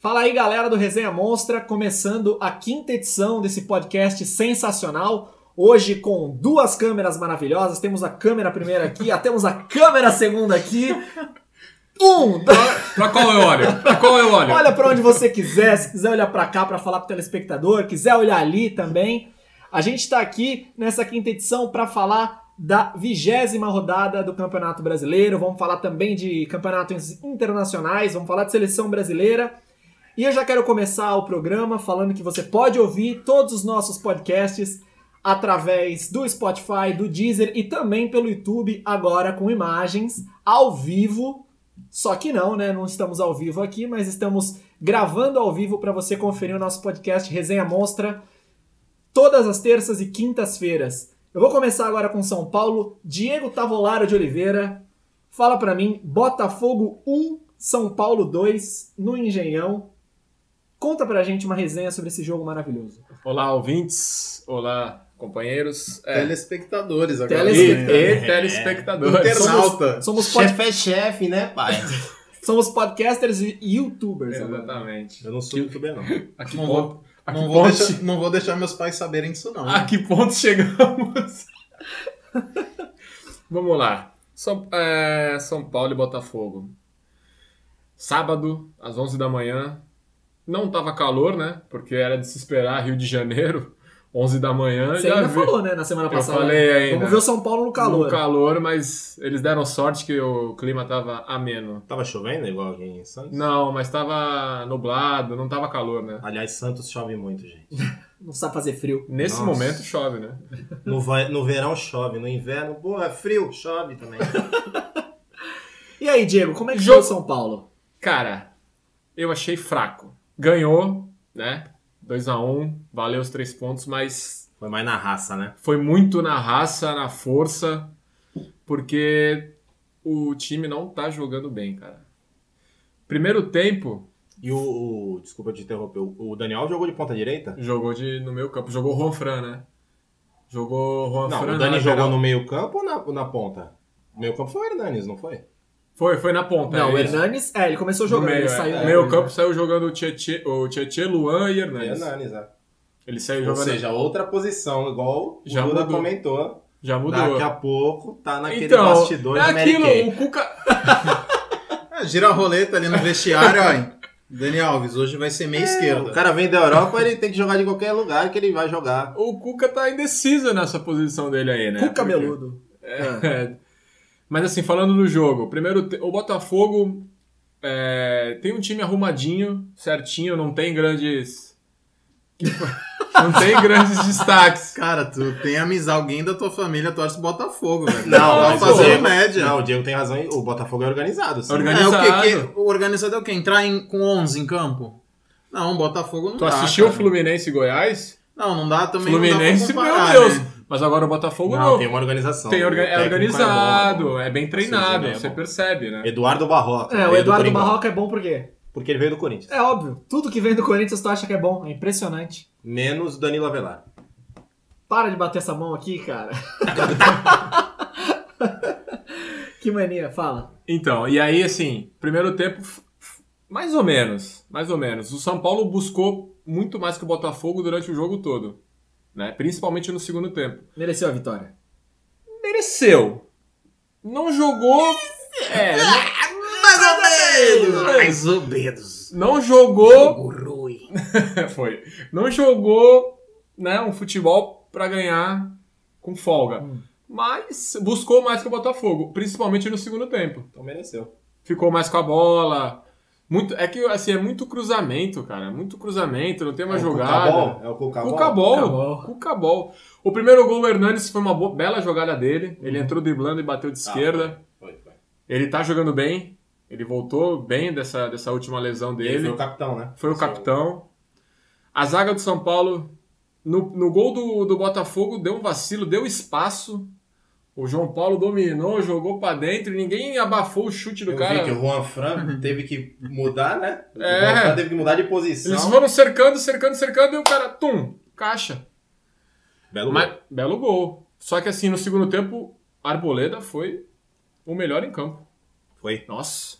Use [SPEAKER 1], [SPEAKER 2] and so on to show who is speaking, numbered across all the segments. [SPEAKER 1] Fala aí, galera do Resenha Monstra, começando a quinta edição desse podcast sensacional. Hoje com duas câmeras maravilhosas, temos a câmera primeira aqui, a- temos a câmera segunda aqui. Um, dois,
[SPEAKER 2] Pra qual eu olho? Pra qual eu olho?
[SPEAKER 1] olha pra onde você quiser, se quiser olhar pra cá pra falar pro telespectador, quiser olhar ali também. A gente tá aqui nessa quinta edição pra falar da vigésima rodada do Campeonato Brasileiro. Vamos falar também de campeonatos internacionais, vamos falar de seleção brasileira. E eu já quero começar o programa falando que você pode ouvir todos os nossos podcasts através do Spotify, do Deezer e também pelo YouTube, agora com imagens, ao vivo. Só que não, né? Não estamos ao vivo aqui, mas estamos gravando ao vivo para você conferir o nosso podcast Resenha Monstra todas as terças e quintas-feiras. Eu vou começar agora com São Paulo. Diego Tavolaro de Oliveira, fala para mim, Botafogo 1, São Paulo 2, no Engenhão. Conta pra gente uma resenha sobre esse jogo maravilhoso.
[SPEAKER 2] Olá, ouvintes. Olá, companheiros. É,
[SPEAKER 3] Telespectadores agora.
[SPEAKER 2] e,
[SPEAKER 1] telespectadores.
[SPEAKER 2] e telespectadores.
[SPEAKER 3] Internauta.
[SPEAKER 1] Somos, pod-
[SPEAKER 4] Chefe é chefe, né, pai?
[SPEAKER 1] somos podcasters e youtubers. agora.
[SPEAKER 2] Exatamente.
[SPEAKER 4] Eu não sou youtuber, não.
[SPEAKER 2] A que
[SPEAKER 3] Não
[SPEAKER 2] ponto, a que
[SPEAKER 3] Não vou,
[SPEAKER 2] ponto-
[SPEAKER 3] deixar, não vou deixar meus pais saberem disso, não.
[SPEAKER 2] a que ponto chegamos? Vamos lá. São, é, São Paulo e Botafogo. Sábado, às 11 da manhã. Não tava calor, né? Porque era de se esperar Rio de Janeiro, 11 da manhã.
[SPEAKER 1] Você
[SPEAKER 2] já
[SPEAKER 1] ainda
[SPEAKER 2] vi-
[SPEAKER 1] falou, né, na semana
[SPEAKER 2] Eu
[SPEAKER 1] passada.
[SPEAKER 2] falei ainda.
[SPEAKER 1] Vamos ver o São Paulo no calor.
[SPEAKER 2] No calor, mas eles deram sorte que o clima tava ameno.
[SPEAKER 4] Tava chovendo igual aqui em Santos?
[SPEAKER 2] Não, mas tava nublado, não tava calor, né?
[SPEAKER 4] Aliás, Santos chove muito, gente.
[SPEAKER 1] Não sabe fazer frio.
[SPEAKER 2] Nesse
[SPEAKER 4] Nossa.
[SPEAKER 2] momento chove, né?
[SPEAKER 4] No, vai- no verão chove, no inverno, porra, é frio, chove também.
[SPEAKER 1] E aí, Diego, como é que
[SPEAKER 2] Jogo-
[SPEAKER 1] foi o São Paulo?
[SPEAKER 2] Cara, eu achei fraco. Ganhou, né? 2 a 1 valeu os três pontos, mas
[SPEAKER 4] Foi mais na raça, né?
[SPEAKER 2] foi muito na raça, na força, porque o time não tá jogando bem, cara. Primeiro tempo,
[SPEAKER 4] E o, o- desculpa te interromper, o o Daniel jogou de ponta direita?
[SPEAKER 2] jogou de, no meu campo, jogou o Juan Fran, né? Jogou o Juan
[SPEAKER 4] Não,
[SPEAKER 2] Fran.
[SPEAKER 4] o
[SPEAKER 2] na
[SPEAKER 4] Dani
[SPEAKER 2] lateral.
[SPEAKER 4] jogou no meio campo ou na, ou na ponta? No meio campo foi o Hernanes, não foi?
[SPEAKER 2] Foi, foi na ponta.
[SPEAKER 1] não, o
[SPEAKER 2] é isso.
[SPEAKER 1] Hernanes, é, ele começou
[SPEAKER 2] No
[SPEAKER 1] jogando,
[SPEAKER 2] meio,
[SPEAKER 1] ele
[SPEAKER 2] é.
[SPEAKER 1] saiu.
[SPEAKER 2] No meio campo saiu jogando o Tietê, o Tietê, Luan e
[SPEAKER 4] Foi
[SPEAKER 2] Hernandes.
[SPEAKER 4] Hernanes, é.
[SPEAKER 2] Ele saiu
[SPEAKER 4] Ou
[SPEAKER 2] jogando.
[SPEAKER 4] seja, outra posição, igual
[SPEAKER 2] Já
[SPEAKER 4] o Duda
[SPEAKER 2] mudou.
[SPEAKER 4] comentou.
[SPEAKER 2] já mudou.
[SPEAKER 4] Daqui a pouco tá naquele
[SPEAKER 2] então,
[SPEAKER 4] bastidor
[SPEAKER 2] é
[SPEAKER 4] da Mary
[SPEAKER 2] aquilo,
[SPEAKER 4] Kay.
[SPEAKER 2] o Cuca.
[SPEAKER 3] Ah, gira a roleta ali no vestiário, ó. Dani Alves, hoje vai ser
[SPEAKER 2] É,
[SPEAKER 3] meia esquerda.
[SPEAKER 4] O cara vem da Europa, ele tem que jogar de qualquer lugar que ele vai jogar.
[SPEAKER 2] O Cuca tá indeciso nessa posição dele aí, né?
[SPEAKER 1] Cu
[SPEAKER 2] Porque-
[SPEAKER 1] cabeludo. É.
[SPEAKER 2] É. Mas assim, falando do jogo, primeiro te- o Botafogo é, tem um time arrumadinho, certinho, não tem grandes. não tem grandes destaques.
[SPEAKER 3] Cara, tu tem amizade, alguém da tua família torce pro Botafogo, velho.
[SPEAKER 4] Não,
[SPEAKER 3] vai
[SPEAKER 4] mas
[SPEAKER 3] fazer
[SPEAKER 4] o-
[SPEAKER 3] média.
[SPEAKER 4] Não, o Diego tem razão, o Botafogo é organizado. Sim.
[SPEAKER 2] Organi-
[SPEAKER 3] É, o que,
[SPEAKER 2] Organizado.
[SPEAKER 3] que, o organizado é o quê? Entrar em- com 11 em campo? Não, Botafogo não
[SPEAKER 2] Tu
[SPEAKER 3] dá.
[SPEAKER 2] assistiu o
[SPEAKER 3] Ah, cara.
[SPEAKER 2] Fluminense e Goiás?
[SPEAKER 3] Não, não dá também. não dá pra
[SPEAKER 2] Fluminense,
[SPEAKER 3] comparar,
[SPEAKER 2] meu Deus!
[SPEAKER 3] né?
[SPEAKER 2] Mas agora o Botafogo
[SPEAKER 4] Não, tem uma organização.
[SPEAKER 2] Tem orga-
[SPEAKER 4] O
[SPEAKER 2] é
[SPEAKER 4] Então, técnico
[SPEAKER 2] organizado,
[SPEAKER 4] bom,
[SPEAKER 2] é, bem
[SPEAKER 4] Sim,
[SPEAKER 2] treinado,
[SPEAKER 4] ele é
[SPEAKER 2] você
[SPEAKER 4] bom.
[SPEAKER 2] percebe, né?
[SPEAKER 4] Eduardo Barroca.
[SPEAKER 1] É,
[SPEAKER 4] veio
[SPEAKER 1] o
[SPEAKER 4] do
[SPEAKER 1] Eduardo
[SPEAKER 4] Coringão,
[SPEAKER 1] Barroca é bom por quê?
[SPEAKER 4] Porque ele veio do Corinthians.
[SPEAKER 1] É óbvio. Tudo que vem do Corinthians tu acha que é bom. É impressionante.
[SPEAKER 4] Menos Danilo Avelar.
[SPEAKER 1] Para de bater essa mão aqui, cara. que mania, fala.
[SPEAKER 2] Então, e aí, assim, primeiro tempo, f- f- mais ou menos, mais ou menos. O São Paulo buscou muito mais que o Botafogo durante o jogo todo, né? Principalmente no segundo tempo.
[SPEAKER 1] Mereceu a vitória.
[SPEAKER 2] Mereceu. Não jogou... É, não-
[SPEAKER 4] Mais ou menos.
[SPEAKER 2] não jogou... Foi. Não jogou né, um futebol pra ganhar com folga.
[SPEAKER 1] Hum.
[SPEAKER 2] Mas buscou mais que o Botafogo, principalmente no segundo tempo.
[SPEAKER 4] Então mereceu.
[SPEAKER 2] ficou mais com a bola. Muito, é que assim, é muito cruzamento, cara. Muito cruzamento, não tem uma
[SPEAKER 4] é
[SPEAKER 2] jogada.
[SPEAKER 4] O Cucabol. É o Cucabol.
[SPEAKER 2] Cucabol.
[SPEAKER 1] Cucabol.
[SPEAKER 2] Cucabol. O primeiro gol, o Hernandes, foi uma boa- bela jogada dele. Ele entrou driblando e bateu de
[SPEAKER 4] Uhum. Tá,
[SPEAKER 2] esquerda.
[SPEAKER 4] Foi, foi.
[SPEAKER 2] Ele tá jogando bem. Ele voltou bem dessa, dessa última lesão
[SPEAKER 4] Ele,
[SPEAKER 2] dele.
[SPEAKER 4] foi o capitão, né?
[SPEAKER 2] Foi o capitão. A zaga do São Paulo, no, no gol do, do Botafogo, deu um vacilo, deu espaço. O João Paulo dominou, jogou pra dentro. Ninguém abafou o chute do
[SPEAKER 4] Eu
[SPEAKER 2] cara.
[SPEAKER 4] vi que o Juan Fran teve que mudar, né? O
[SPEAKER 2] É.
[SPEAKER 4] Juan Fran teve que mudar de posição.
[SPEAKER 2] Eles foram cercando, cercando, cercando e o cara, tum, caixa.
[SPEAKER 4] Belo
[SPEAKER 2] Mas- belo gol. Só que assim, no segundo tempo, Arboleda foi o melhor em campo.
[SPEAKER 4] Foi.
[SPEAKER 2] Nossa.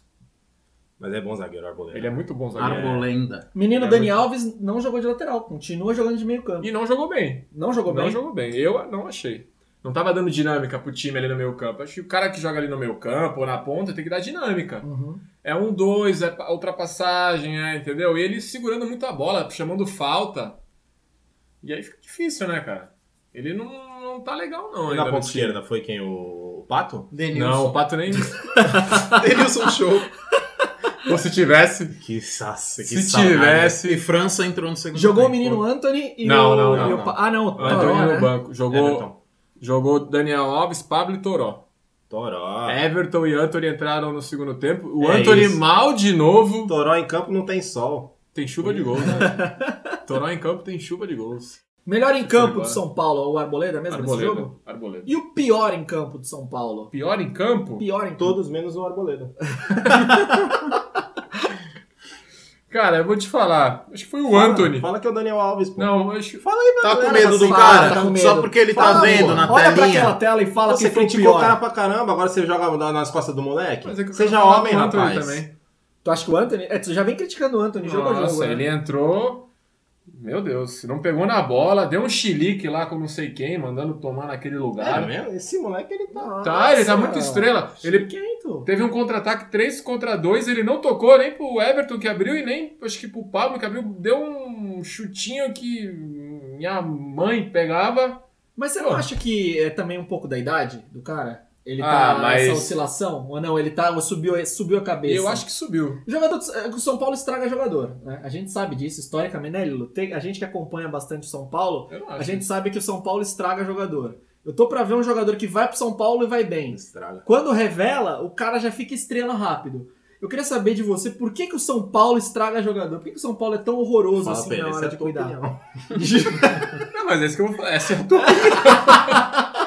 [SPEAKER 4] Mas é bom zagueiro, Arboleda.
[SPEAKER 2] Ele é muito bom zagueiro.
[SPEAKER 3] Arbolenda.
[SPEAKER 1] Menino
[SPEAKER 2] É
[SPEAKER 1] Dani Alves não jogou de lateral, continua jogando de meio campo.
[SPEAKER 2] E não jogou bem.
[SPEAKER 1] Não jogou
[SPEAKER 2] não
[SPEAKER 1] bem?
[SPEAKER 2] jogou bem. Eu não achei. Não tava dando dinâmica pro time ali no meio campo. Acho que o cara que joga ali no meio campo ou na ponta tem que dar dinâmica.
[SPEAKER 1] Uhum.
[SPEAKER 2] É um dois, é pa- ultrapassagem, é, entendeu? E ele segurando muito a bola, chamando falta. E aí fica difícil, né, cara? Ele não, não tá legal, não.
[SPEAKER 4] E
[SPEAKER 2] ainda
[SPEAKER 4] na
[SPEAKER 2] no
[SPEAKER 4] ponta
[SPEAKER 2] time.
[SPEAKER 4] esquerda foi quem? O, o Pato?
[SPEAKER 2] Não, o
[SPEAKER 3] Denilson.
[SPEAKER 2] Pato nem.
[SPEAKER 3] Denilson Show.
[SPEAKER 2] Ou se tivesse.
[SPEAKER 4] Que saça, que né?
[SPEAKER 2] Se
[SPEAKER 4] saudade.
[SPEAKER 2] tivesse.
[SPEAKER 3] E França entrou no segundo
[SPEAKER 1] Jogou o
[SPEAKER 3] tempo.
[SPEAKER 1] menino Anthony e
[SPEAKER 2] Não,
[SPEAKER 1] o...
[SPEAKER 2] não, não,
[SPEAKER 1] e o
[SPEAKER 2] não.
[SPEAKER 1] pa- Ah, não, o
[SPEAKER 2] Antônio
[SPEAKER 1] Toró, né?
[SPEAKER 2] no banco. Jogou,
[SPEAKER 4] Everton.
[SPEAKER 2] jogou Daniel Alves, Pablo e Toró. É,
[SPEAKER 4] Toró.
[SPEAKER 2] Everton e Anthony entraram no segundo tempo. O
[SPEAKER 4] Ah. É
[SPEAKER 2] Anthony
[SPEAKER 4] isso.
[SPEAKER 2] mal de novo.
[SPEAKER 4] Toró em campo não tem sol.
[SPEAKER 2] Tem chuva de gols, né? Toró em campo tem chuva de gols.
[SPEAKER 1] Melhor em campo de
[SPEAKER 2] agora.
[SPEAKER 1] São Paulo, o Arboleda mesmo nesse jogo?
[SPEAKER 2] Arboleda. Arboleda.
[SPEAKER 1] E o pior em campo de São Paulo?
[SPEAKER 2] Pior em campo?
[SPEAKER 1] Pior em campo.
[SPEAKER 4] Todos menos o Arboleda.
[SPEAKER 2] Cara, eu vou te falar. Acho que foi o Anthony.
[SPEAKER 4] Fala que é o Daniel Alves, pô.
[SPEAKER 2] Não, eu acho.
[SPEAKER 4] Fala aí, mano.
[SPEAKER 3] Tá
[SPEAKER 4] Não
[SPEAKER 3] com
[SPEAKER 4] era
[SPEAKER 3] medo
[SPEAKER 4] pra
[SPEAKER 3] do
[SPEAKER 4] ser-
[SPEAKER 1] falar,
[SPEAKER 3] cara?
[SPEAKER 1] tá com
[SPEAKER 3] Só
[SPEAKER 1] medo.
[SPEAKER 3] porque ele
[SPEAKER 1] Fala,
[SPEAKER 3] tá vendo
[SPEAKER 1] pô.
[SPEAKER 3] na
[SPEAKER 1] Olha pra
[SPEAKER 3] telinha.
[SPEAKER 1] aquela tela e fala
[SPEAKER 4] Você
[SPEAKER 1] que foi o
[SPEAKER 4] criticou o
[SPEAKER 1] pior.
[SPEAKER 4] cara pra caramba, agora você joga na- nas costas do moleque?
[SPEAKER 2] Mas é que eu quero
[SPEAKER 4] Seja
[SPEAKER 2] falar
[SPEAKER 4] homem,
[SPEAKER 2] do Anthony
[SPEAKER 4] rapaz.
[SPEAKER 2] Também.
[SPEAKER 1] Tu acha que o Anthony... É, tu já vem criticando o Anthony, jogo a jogo.
[SPEAKER 2] Nossa,
[SPEAKER 1] né?
[SPEAKER 2] ele entrou. Meu Deus, não pegou na bola, deu um chilique lá com não sei quem, mandando tomar naquele
[SPEAKER 4] É
[SPEAKER 2] lugar.
[SPEAKER 4] mesmo? Esse moleque, ele tá...
[SPEAKER 1] Nossa.
[SPEAKER 2] tá, ele tá muito estrela. Ele
[SPEAKER 1] Quieto.
[SPEAKER 2] Teve um contra-ataque 3 contra 2, ele não tocou nem pro Everton que abriu e nem acho que pro Pablo que abriu, deu um chutinho que minha mãe pegava.
[SPEAKER 1] Mas você não
[SPEAKER 2] Pô.
[SPEAKER 1] acha que é também um pouco da idade do cara? Ele
[SPEAKER 2] Ah,
[SPEAKER 1] tá
[SPEAKER 2] mas-
[SPEAKER 1] nessa oscilação? Ou não, ele tá, subiu, subiu a
[SPEAKER 2] E
[SPEAKER 1] cabeça?
[SPEAKER 2] eu acho que subiu.
[SPEAKER 1] O Jogador, de- é que o São Paulo estraga jogador. né? A gente sabe disso historicamente, né, Lilo? Tem- a gente que acompanha bastante o São Paulo,
[SPEAKER 2] Eu não
[SPEAKER 1] a
[SPEAKER 2] acho.
[SPEAKER 1] gente sabe que o São Paulo estraga jogador. Eu tô pra ver um jogador que vai pro São Paulo e vai bem.
[SPEAKER 4] Estraga.
[SPEAKER 1] Quando revela, o cara já fica estrela rápido. Eu queria saber de você, por que, que o São Paulo estraga jogador? Por que, que o São Paulo é tão horroroso
[SPEAKER 4] Fala
[SPEAKER 1] assim
[SPEAKER 4] pra ele,
[SPEAKER 1] na
[SPEAKER 4] essa
[SPEAKER 1] hora
[SPEAKER 4] é a
[SPEAKER 1] de
[SPEAKER 4] tua
[SPEAKER 1] cuidar?
[SPEAKER 4] opinião.
[SPEAKER 2] Não, mas é isso que eu vou falar. Essa é a tua opinião.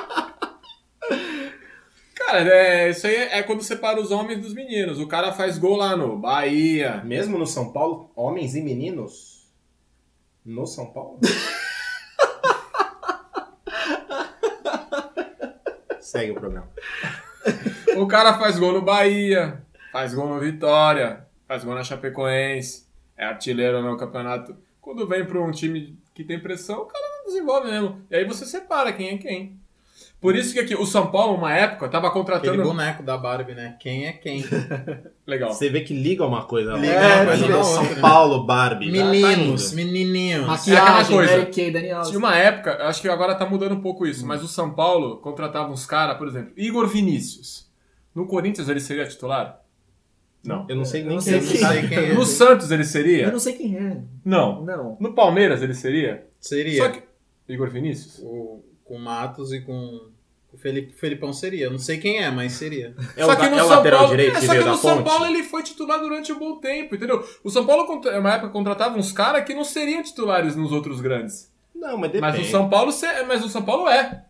[SPEAKER 2] Cara, é, isso aí é, é quando separa os homens dos meninos. O cara faz gol lá no Bahia.
[SPEAKER 4] Mesmo no São Paulo, homens e meninos? No São Paulo? Segue o programa.
[SPEAKER 2] O cara faz gol no Bahia. Faz gol no Vitória. Faz gol na Chapecoense. É artilheiro no campeonato. Quando vem para um time que tem pressão, o cara não desenvolve mesmo. E aí você separa quem é quem. Por isso que aqui, o São Paulo, uma época, tava
[SPEAKER 3] Aquele
[SPEAKER 2] contratando.
[SPEAKER 3] boneco da Barbie, né? Quem é quem?
[SPEAKER 2] Legal.
[SPEAKER 4] Você vê que liga uma coisa.
[SPEAKER 3] Liga
[SPEAKER 4] lá.
[SPEAKER 1] uma coisa
[SPEAKER 4] Liga
[SPEAKER 3] na
[SPEAKER 4] São
[SPEAKER 3] outra, né?
[SPEAKER 4] Paulo, Barbie.
[SPEAKER 3] Meninos,
[SPEAKER 4] Tá
[SPEAKER 3] menininhos.
[SPEAKER 2] É aquela
[SPEAKER 1] Maquiagem,
[SPEAKER 2] coisa.
[SPEAKER 1] Mary Kay, Daniel.
[SPEAKER 2] Tinha um uma época, eu acho que agora tá mudando um pouco isso, mas o São Paulo contratava uns caras, por exemplo, Igor Vinícius. No Corinthians ele seria titular? Não.
[SPEAKER 4] indo. Eu não sei
[SPEAKER 1] Eu
[SPEAKER 4] nem
[SPEAKER 1] não
[SPEAKER 4] quem é
[SPEAKER 1] sei
[SPEAKER 4] esse
[SPEAKER 1] quem-
[SPEAKER 4] cara.
[SPEAKER 3] Sei quem é.
[SPEAKER 2] No Santos ele
[SPEAKER 1] Eu
[SPEAKER 2] seria?
[SPEAKER 1] não sei quem é.
[SPEAKER 2] Não.
[SPEAKER 1] Não.
[SPEAKER 2] No Palmeiras ele seria? Só
[SPEAKER 3] Seria
[SPEAKER 2] que. Igor Vinícius?
[SPEAKER 3] o, com Matos e com o Felipe, Felipão seria. Eu Não sei quem é, mas seria.
[SPEAKER 4] É o, da- é o lateral direito
[SPEAKER 2] é,
[SPEAKER 4] que
[SPEAKER 2] só que
[SPEAKER 4] veio
[SPEAKER 2] no
[SPEAKER 4] da
[SPEAKER 2] São
[SPEAKER 4] ponte?
[SPEAKER 2] Paulo ele foi titular durante um bom tempo, entendeu? O São Paulo, contra- é uma época, contratava uns caras que não seriam titulares nos outros grandes.
[SPEAKER 4] Não, mas depende.
[SPEAKER 2] Mas o, São Paulo, se- mas o São Paulo é.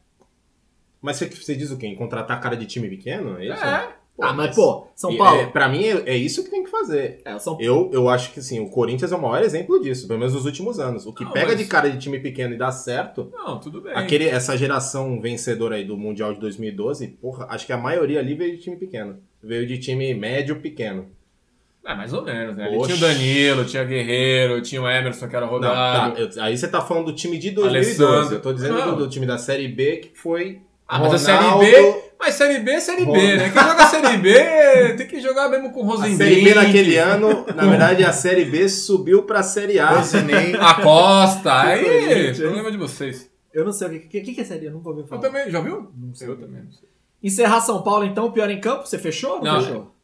[SPEAKER 4] Mas você, você diz o quê? Contratar cara de time pequeno? É isso?
[SPEAKER 2] É.
[SPEAKER 1] ah, mas pô, São
[SPEAKER 4] e-
[SPEAKER 1] Paulo.
[SPEAKER 4] É, pra mim, é, é isso que tem que fazer.
[SPEAKER 1] É, o São
[SPEAKER 4] Eu, eu acho que assim, o Corinthians é o maior exemplo disso, pelo menos nos últimos anos. O que
[SPEAKER 2] Não,
[SPEAKER 4] pega
[SPEAKER 2] mas-
[SPEAKER 4] de cara de time pequeno e dá certo,
[SPEAKER 2] Não, tudo bem.
[SPEAKER 4] aquele, essa geração vencedora aí do Mundial de 2012, porra, acho que a maioria ali veio de time pequeno. Veio de time médio pequeno.
[SPEAKER 2] É, mais ou menos, né? Ele
[SPEAKER 4] Oxi.
[SPEAKER 2] Tinha o Danilo, tinha o Guerreiro, tinha o Emerson, que era
[SPEAKER 4] Não, tá,
[SPEAKER 2] rodado.
[SPEAKER 4] eu- aí você tá falando do time de 2012.
[SPEAKER 2] Alessandro.
[SPEAKER 4] Eu tô dizendo
[SPEAKER 2] Não.
[SPEAKER 4] do, do time da Série B que foi.
[SPEAKER 2] Ah, mas a Série
[SPEAKER 4] Ronaldo,
[SPEAKER 2] B. Mas Série B é Série B, né? Quem joga Série B tem que jogar mesmo com o
[SPEAKER 4] A
[SPEAKER 2] Rosenbrink.
[SPEAKER 4] Série B naquele ano, na verdade, a Série B subiu pra Série A.
[SPEAKER 3] Rosinei.
[SPEAKER 2] A Costa. Aí,
[SPEAKER 1] Corinthians.
[SPEAKER 2] problema de vocês.
[SPEAKER 1] Eu não sei o que, que, que que é série, eu nunca ouvi
[SPEAKER 2] Eu
[SPEAKER 1] falar.
[SPEAKER 2] também, já viu?
[SPEAKER 1] Não sei.
[SPEAKER 2] Eu também. não sei.
[SPEAKER 1] Encerrar São Paulo, então, pior em campo? Você fechou ou não,
[SPEAKER 2] Não.
[SPEAKER 1] fechou?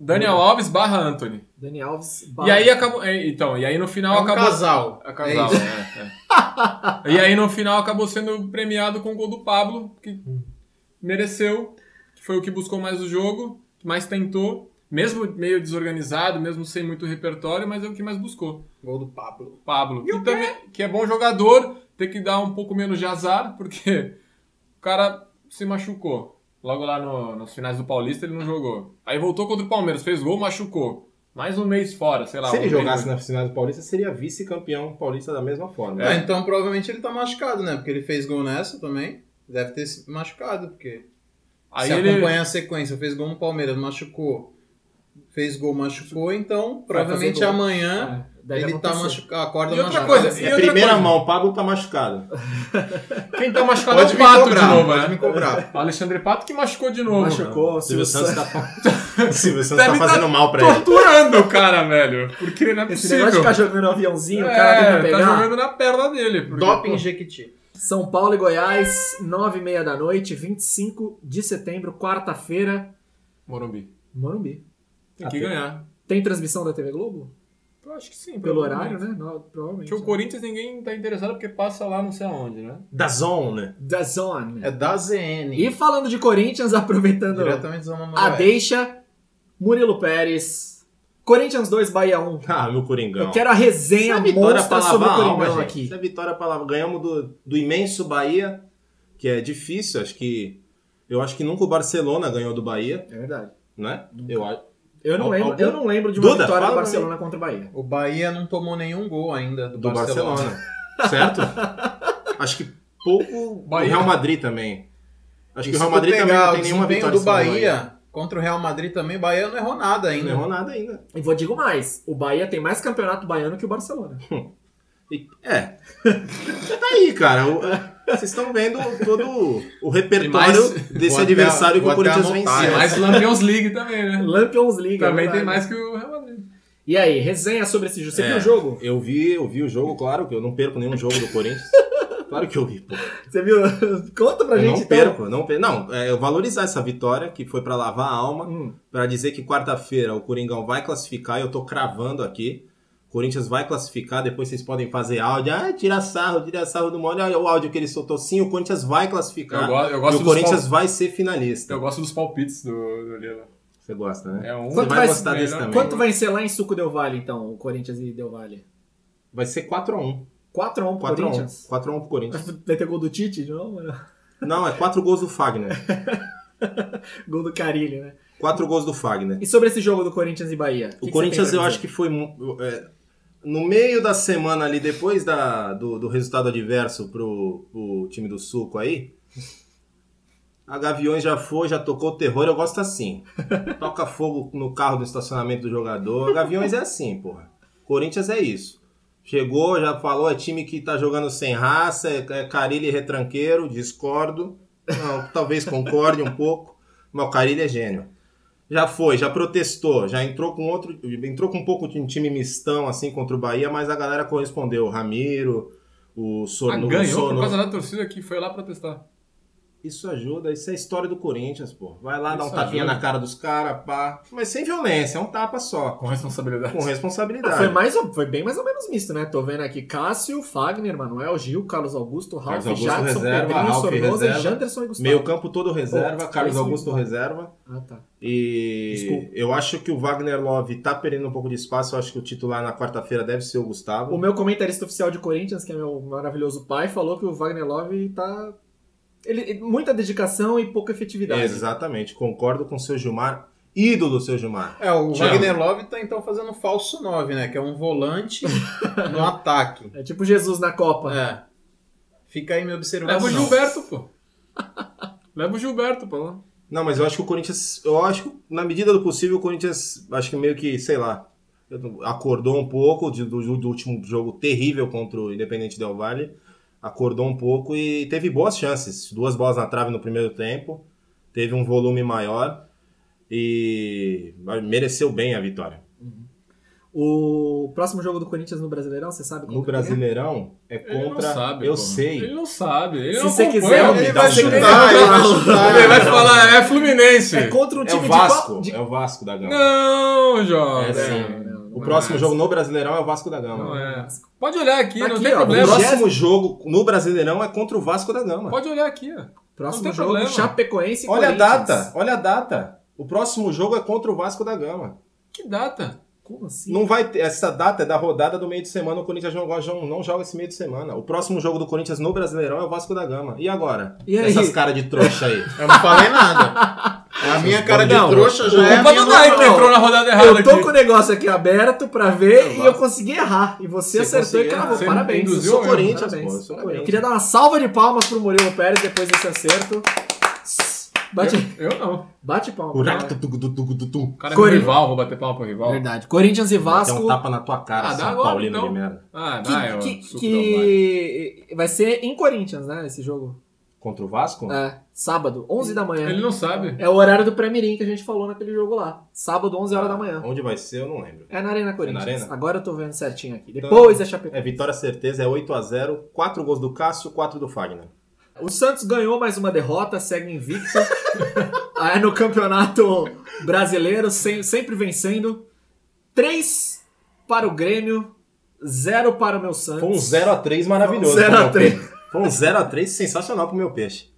[SPEAKER 2] Daniel Alves barra Anthony.
[SPEAKER 1] Dani Alves.
[SPEAKER 2] E
[SPEAKER 1] barra.
[SPEAKER 2] aí acabou. é, Então, e aí no final
[SPEAKER 3] É um
[SPEAKER 2] acabou.
[SPEAKER 3] casal.
[SPEAKER 2] É
[SPEAKER 3] É
[SPEAKER 2] casal,
[SPEAKER 3] isso.
[SPEAKER 2] é, é. E aí no final acabou sendo premiado com o gol do Pablo, que mereceu, que foi o que buscou mais o jogo, que mais tentou, mesmo meio desorganizado, mesmo sem muito repertório, mas é o que mais buscou.
[SPEAKER 3] Gol do Pablo.
[SPEAKER 2] O Pablo, que, também, que é bom jogador, tem que dar um pouco menos de azar, porque o cara se machucou. Logo lá no- nos finais do Paulista ele não jogou. Aí voltou contra o Palmeiras, fez gol, machucou. Mais um mês fora, sei lá.
[SPEAKER 4] Se
[SPEAKER 2] um
[SPEAKER 4] ele
[SPEAKER 2] mês,
[SPEAKER 4] jogasse na final do Paulista, seria vice-campeão paulista da mesma forma.
[SPEAKER 2] É.
[SPEAKER 3] Ah, então provavelmente ele tá machucado, né? Porque ele fez gol nessa também. Deve ter se machucado, porque
[SPEAKER 2] Aí
[SPEAKER 3] se
[SPEAKER 2] ele...
[SPEAKER 3] acompanhar a sequência, fez gol no Palmeiras, machucou. fez gol, machucou, então provavelmente
[SPEAKER 1] gol.
[SPEAKER 3] amanhã
[SPEAKER 1] É, deve
[SPEAKER 3] ele tá
[SPEAKER 1] acontecer.
[SPEAKER 3] machucado, acorda
[SPEAKER 2] E outra
[SPEAKER 3] machucado.
[SPEAKER 2] coisa,
[SPEAKER 4] É
[SPEAKER 2] E
[SPEAKER 4] a
[SPEAKER 2] outra
[SPEAKER 4] primeira
[SPEAKER 2] coisa?
[SPEAKER 4] mão, o Pablo tá machucado.
[SPEAKER 2] Quem tá machucado
[SPEAKER 3] Pode
[SPEAKER 2] é o
[SPEAKER 3] me
[SPEAKER 2] Pato
[SPEAKER 3] cobrar,
[SPEAKER 2] de novo,
[SPEAKER 3] pode
[SPEAKER 2] né?
[SPEAKER 3] me cobrar.
[SPEAKER 2] O Alexandre Pato que machucou de novo.
[SPEAKER 1] Machucou, o Silvio
[SPEAKER 4] Silvio Santos
[SPEAKER 1] Santos.
[SPEAKER 4] tá, o Silvio Santos tá
[SPEAKER 2] Deve tá
[SPEAKER 4] fazendo mal pra ele.
[SPEAKER 2] Torturando o cara, velho. Porque não é
[SPEAKER 1] Esse
[SPEAKER 2] possível.
[SPEAKER 1] negócio de ficar jogando no aviãozinho, o cara
[SPEAKER 2] é,
[SPEAKER 1] tenta pegar.
[SPEAKER 2] tá jogando na perna dele. porque,
[SPEAKER 3] Doping
[SPEAKER 2] pô,
[SPEAKER 3] Jequiti.
[SPEAKER 1] São Paulo e Goiás, 9 e meia da noite, 25 de setembro, quarta-feira,
[SPEAKER 2] Morumbi.
[SPEAKER 1] Morumbi.
[SPEAKER 2] Tem que
[SPEAKER 4] Ah, tem.
[SPEAKER 2] ganhar.
[SPEAKER 1] Tem transmissão da TV Globo?
[SPEAKER 2] Eu acho que sim.
[SPEAKER 1] Pelo
[SPEAKER 2] provavelmente.
[SPEAKER 1] horário, né? No- provavelmente.
[SPEAKER 2] Porque o Corinthians ninguém tá interessado porque passa lá não sei aonde, né?
[SPEAKER 4] Da zone.
[SPEAKER 1] Da Zone.
[SPEAKER 3] É da ZN.
[SPEAKER 1] E falando de Corinthians, aproveitando
[SPEAKER 3] Diretamente da Zona
[SPEAKER 1] a
[SPEAKER 3] Noroeste.
[SPEAKER 1] deixa, Murilo Pérez, Corinthians 2, Bahia 1.
[SPEAKER 4] Ah, meu Coringão.
[SPEAKER 1] Eu quero a
[SPEAKER 4] Isso
[SPEAKER 1] resenha
[SPEAKER 4] é vitória
[SPEAKER 1] monstra sobre o
[SPEAKER 4] palavra
[SPEAKER 1] Coringão
[SPEAKER 4] alma, gente.
[SPEAKER 1] aqui.
[SPEAKER 4] Isso é vitória palavra. Ganhamos do, do imenso Bahia, que é difícil, acho que. Eu acho que nunca o Barcelona ganhou do Bahia,
[SPEAKER 1] É verdade.
[SPEAKER 4] né? Eu acho.
[SPEAKER 1] Eu não,
[SPEAKER 4] Al-
[SPEAKER 1] lembro,
[SPEAKER 4] algum-
[SPEAKER 1] eu não lembro de uma
[SPEAKER 4] Duda,
[SPEAKER 1] vitória do
[SPEAKER 4] fala pra
[SPEAKER 1] Barcelona contra o Bahia.
[SPEAKER 3] O Bahia não tomou nenhum gol ainda do,
[SPEAKER 4] Do
[SPEAKER 3] Barcelona.
[SPEAKER 4] Barcelona. certo? Acho que pouco.
[SPEAKER 2] Bahia.
[SPEAKER 4] O Real Madrid também. Acho
[SPEAKER 3] E
[SPEAKER 4] que o
[SPEAKER 3] se
[SPEAKER 4] Real
[SPEAKER 3] tu
[SPEAKER 4] Madrid também
[SPEAKER 3] pegar
[SPEAKER 4] não
[SPEAKER 3] o
[SPEAKER 4] tem nenhuma
[SPEAKER 3] desempenho
[SPEAKER 4] vitória.
[SPEAKER 3] do
[SPEAKER 4] em cima
[SPEAKER 3] Bahia contra o Real Madrid também, o Bahia não errou nada
[SPEAKER 4] Não
[SPEAKER 3] ainda.
[SPEAKER 4] errou nada ainda.
[SPEAKER 1] E vou digo mais, o Bahia tem mais campeonato baiano que o Barcelona.
[SPEAKER 4] E- é. tá aí, cara. O- Vocês estão vendo todo o repertório
[SPEAKER 2] E mais-
[SPEAKER 4] desse
[SPEAKER 3] vou até-
[SPEAKER 4] adversário que
[SPEAKER 3] vou
[SPEAKER 4] o
[SPEAKER 3] até
[SPEAKER 4] Corinthians
[SPEAKER 3] anotar,
[SPEAKER 2] Tem
[SPEAKER 4] venceu.
[SPEAKER 3] é.
[SPEAKER 2] mais Lampions League também, né?
[SPEAKER 1] Lampions League. é
[SPEAKER 2] Também
[SPEAKER 1] verdade.
[SPEAKER 2] tem mais que o Real Madrid.
[SPEAKER 1] E aí, resenha sobre esse jogo. Você
[SPEAKER 4] É,
[SPEAKER 1] viu o jogo?
[SPEAKER 4] Eu vi, eu vi o jogo, claro, que eu não perco nenhum jogo do Corinthians. claro que eu vi, pô.
[SPEAKER 1] Você viu? Conta pra
[SPEAKER 4] Eu
[SPEAKER 1] gente
[SPEAKER 4] não
[SPEAKER 1] então.
[SPEAKER 4] perco, eu não perco. Não, é, eu valorizar essa vitória que foi pra lavar a alma,
[SPEAKER 1] Hum,
[SPEAKER 4] pra dizer que quarta-feira o Coringão vai classificar, eu tô cravando aqui. O Corinthians vai classificar, depois vocês podem fazer áudio. Ah, tira sarro, tira sarro do Mole. Olha o áudio que ele soltou. Sim, o Corinthians vai
[SPEAKER 3] Ah,
[SPEAKER 2] Eu,
[SPEAKER 4] classificar.
[SPEAKER 2] gosto, eu,
[SPEAKER 4] E
[SPEAKER 2] gosto
[SPEAKER 4] o
[SPEAKER 2] dos
[SPEAKER 4] Corinthians
[SPEAKER 2] pal-
[SPEAKER 4] vai ser finalista.
[SPEAKER 2] eu gosto dos palpites do, do Lila.
[SPEAKER 4] Você gosta, né?
[SPEAKER 2] É um
[SPEAKER 1] Quanto
[SPEAKER 2] Você
[SPEAKER 1] vai-
[SPEAKER 4] gostar desse
[SPEAKER 2] melhor-
[SPEAKER 4] também.
[SPEAKER 1] Quanto vai ser lá em Suco Del Vale, então, o Corinthians e Del Vale?
[SPEAKER 4] Vai ser 4x1.
[SPEAKER 1] 4x1 pro
[SPEAKER 4] 4x1.
[SPEAKER 1] Corinthians?
[SPEAKER 4] 4x1 pro Corinthians.
[SPEAKER 1] Vai ter gol do Tite de novo? né?
[SPEAKER 4] Não, é 4 gols do Fagner.
[SPEAKER 1] Gol do Carilli, né?
[SPEAKER 4] 4 gols do Fagner.
[SPEAKER 1] E sobre esse jogo do Corinthians e Bahia?
[SPEAKER 4] O Corinthians, eu acho que foi. mu- é, no meio da semana ali, depois da, do, do resultado adverso pro, pro time do Suco aí, a Gaviões já foi, já tocou o terror, eu gosto assim. Toca fogo no carro do estacionamento do jogador. A Gaviões é assim, porra. Corinthians é isso. Chegou, já falou, é time que tá jogando sem raça, é, é Carilli retranqueiro, discordo. Não, talvez concorde um pouco, mas o Carilli é gênio. Já foi, já protestou, já entrou com outro. Entrou com um pouco de um time mistão, assim, contra o Bahia, mas a galera correspondeu. O Ramiro, o
[SPEAKER 2] Ah,
[SPEAKER 4] Sorno.
[SPEAKER 2] ganhou
[SPEAKER 4] Sorno-
[SPEAKER 2] por causa da torcida que foi lá protestar.
[SPEAKER 4] isso ajuda, isso é a história do Corinthians, pô. Vai lá, dá um
[SPEAKER 2] Isso
[SPEAKER 4] tapinha
[SPEAKER 2] ajuda.
[SPEAKER 4] na cara dos caras, pá. Mas sem violência, é um tapa só.
[SPEAKER 2] Com responsabilidade.
[SPEAKER 4] Com responsabilidade.
[SPEAKER 2] Ah,
[SPEAKER 1] Foi, mais, ou- foi bem mais ou menos misto, né? Tô vendo aqui Cássio, Fagner, Manuel, Gil, Carlos Augusto, Ralf,
[SPEAKER 4] Carlos Augusto
[SPEAKER 1] Jadson,
[SPEAKER 4] reserva,
[SPEAKER 1] Pedrinho,
[SPEAKER 4] Ralf
[SPEAKER 1] Sornosa,
[SPEAKER 4] reserva.
[SPEAKER 1] Janderson e Gustavo.
[SPEAKER 4] Meio campo todo reserva,
[SPEAKER 1] Pô,
[SPEAKER 4] Carlos
[SPEAKER 1] isso-
[SPEAKER 4] Augusto reserva.
[SPEAKER 1] Ah, tá.
[SPEAKER 4] E
[SPEAKER 1] Desculpa.
[SPEAKER 4] eu acho que o Wagner Love tá perdendo um pouco de espaço. Eu acho que o titular na quarta-feira deve ser o Gustavo.
[SPEAKER 1] O meu comentarista oficial de Corinthians, que é meu maravilhoso pai, falou que o Wagner Love tá. Ele, ele- muita dedicação e pouca efetividade.
[SPEAKER 4] Exatamente, concordo com o seu Gilmar. Ídolo, seu Gilmar.
[SPEAKER 3] É, o
[SPEAKER 4] Te
[SPEAKER 3] Wagner Love tá então fazendo falso 9, né? Que é um volante no ataque.
[SPEAKER 1] É tipo Jesus na Copa.
[SPEAKER 3] É. Fica aí minha
[SPEAKER 2] Leva o
[SPEAKER 3] observação.
[SPEAKER 2] Gilberto, pô. Leva o Gilberto pra lá.
[SPEAKER 4] Não, mas eu acho que o Corinthians, eu acho que na medida do possível, o Corinthians, acho que meio que, sei lá, acordou um pouco de- do, do último jogo terrível contra o Independente Del Valle. Acordou um pouco e teve boas chances. Duas bolas na trave no primeiro tempo, teve um volume maior e mereceu bem a vitória.
[SPEAKER 1] O próximo jogo do Corinthians no Brasileirão, você sabe
[SPEAKER 4] No
[SPEAKER 1] contra quem
[SPEAKER 4] Brasileirão é
[SPEAKER 2] Ele
[SPEAKER 4] contra.
[SPEAKER 2] não sabe.
[SPEAKER 4] eu
[SPEAKER 2] pô.
[SPEAKER 4] sei.
[SPEAKER 2] Ele não sabe. Ele
[SPEAKER 1] Se
[SPEAKER 2] não
[SPEAKER 1] você
[SPEAKER 2] acompanha.
[SPEAKER 1] quiser,
[SPEAKER 2] Ele
[SPEAKER 3] Ele
[SPEAKER 4] Dá um
[SPEAKER 3] vai
[SPEAKER 4] chute.
[SPEAKER 3] chutar, ele vai
[SPEAKER 2] vai-
[SPEAKER 3] chutar.
[SPEAKER 2] ele vai falar, é Fluminense.
[SPEAKER 1] um É? É contra um
[SPEAKER 4] É o
[SPEAKER 1] time
[SPEAKER 4] Vasco,
[SPEAKER 1] de. qual-
[SPEAKER 4] é o Vasco da Gama.
[SPEAKER 2] Não, Jorge.
[SPEAKER 4] É sim.
[SPEAKER 1] Não, não, não
[SPEAKER 4] O
[SPEAKER 1] é
[SPEAKER 4] próximo
[SPEAKER 2] Mas-
[SPEAKER 4] jogo no Brasileirão é o Vasco da
[SPEAKER 2] Não
[SPEAKER 4] Gama.
[SPEAKER 2] é. Pode olhar aqui,
[SPEAKER 1] Tá
[SPEAKER 2] não
[SPEAKER 1] aqui,
[SPEAKER 2] tem
[SPEAKER 1] ó,
[SPEAKER 4] O
[SPEAKER 2] problema.
[SPEAKER 1] Vasco-
[SPEAKER 4] próximo jogo no Brasileirão é contra o Vasco da Gama.
[SPEAKER 2] Pode olhar aqui, ó.
[SPEAKER 1] Próximo
[SPEAKER 2] tem
[SPEAKER 1] jogo,
[SPEAKER 2] problema.
[SPEAKER 1] Chapecoense e
[SPEAKER 4] Olha a
[SPEAKER 1] Corinthians.
[SPEAKER 4] data, olha a data. O próximo jogo é contra o Vasco da Gama.
[SPEAKER 2] Que data?
[SPEAKER 1] Como assim?
[SPEAKER 4] Não vai ter, essa data é da rodada do meio de semana, o Corinthians não, gosta- não joga esse meio de semana. O próximo jogo do Corinthians no Brasileirão é o Vasco da Gama. E agora?
[SPEAKER 1] E aí?
[SPEAKER 4] Essas caras de trouxa aí.
[SPEAKER 3] Eu não falei nada. É A minha cara de
[SPEAKER 4] Não,
[SPEAKER 3] trouxa já é a
[SPEAKER 2] Culpa
[SPEAKER 3] minha
[SPEAKER 2] do Dai que
[SPEAKER 3] normal.
[SPEAKER 2] entrou na rodada errada
[SPEAKER 1] Eu tô
[SPEAKER 2] aqui.
[SPEAKER 1] com o negócio aqui aberto pra ver e eu consegui errar. E você,
[SPEAKER 4] Você
[SPEAKER 1] acertou e
[SPEAKER 4] conseguiu
[SPEAKER 1] cravou.
[SPEAKER 4] errar. Você
[SPEAKER 1] Parabéns.
[SPEAKER 4] Eu
[SPEAKER 2] induziu
[SPEAKER 4] sou
[SPEAKER 2] Viu,
[SPEAKER 4] Corinthians,
[SPEAKER 1] Parabéns,
[SPEAKER 4] pô. Eu sou
[SPEAKER 1] parabéns. Eu
[SPEAKER 4] Corinthians.
[SPEAKER 1] queria dar uma salva de palmas pro Murilo Pérez depois desse acerto. Bate,
[SPEAKER 2] Eu, eu não.
[SPEAKER 1] bate palma.
[SPEAKER 4] O
[SPEAKER 1] cara.
[SPEAKER 2] O cara é
[SPEAKER 1] Corinthians.
[SPEAKER 2] meu rival, vou bater palma pro rival.
[SPEAKER 1] Verdade. Corinthians e
[SPEAKER 4] Tem
[SPEAKER 1] Vasco.
[SPEAKER 4] um tapa na tua cara,
[SPEAKER 2] Ah, dá
[SPEAKER 4] São
[SPEAKER 2] agora,
[SPEAKER 4] Paulino
[SPEAKER 2] então.
[SPEAKER 4] de merda.
[SPEAKER 2] Ah,
[SPEAKER 1] que
[SPEAKER 2] dá, eu
[SPEAKER 1] que-
[SPEAKER 2] suco
[SPEAKER 1] que vai ser em Corinthians, né? Esse jogo.
[SPEAKER 4] Contra o Vasco?
[SPEAKER 1] É, sábado, 11 da
[SPEAKER 2] da
[SPEAKER 1] manhã.
[SPEAKER 2] Vale. Ele não sabe.
[SPEAKER 1] É o horário do pré-mirim que a gente falou naquele jogo lá. Sábado, 11
[SPEAKER 4] Ah,
[SPEAKER 1] horas da manhã.
[SPEAKER 4] Onde vai ser, eu não lembro.
[SPEAKER 1] É na Arena Corinthians.
[SPEAKER 4] Arena?
[SPEAKER 1] Agora eu tô vendo certinho aqui.
[SPEAKER 4] Então-
[SPEAKER 1] Depois é Chapecoense.
[SPEAKER 4] É vitória certeza, é 8x0, 4 gols do Cássio, 4 do Fagner.
[SPEAKER 1] O Santos ganhou mais uma derrota, segue invicto. Aí no campeonato brasileiro, sem- sempre vencendo. 3 para o Grêmio, 0 para o meu Santos.
[SPEAKER 4] Foi um 0x3 maravilhoso.
[SPEAKER 1] Foi um
[SPEAKER 4] pro meu
[SPEAKER 1] 0x3.
[SPEAKER 4] peixe. Foi um 0x3 sensacional pro meu peixe.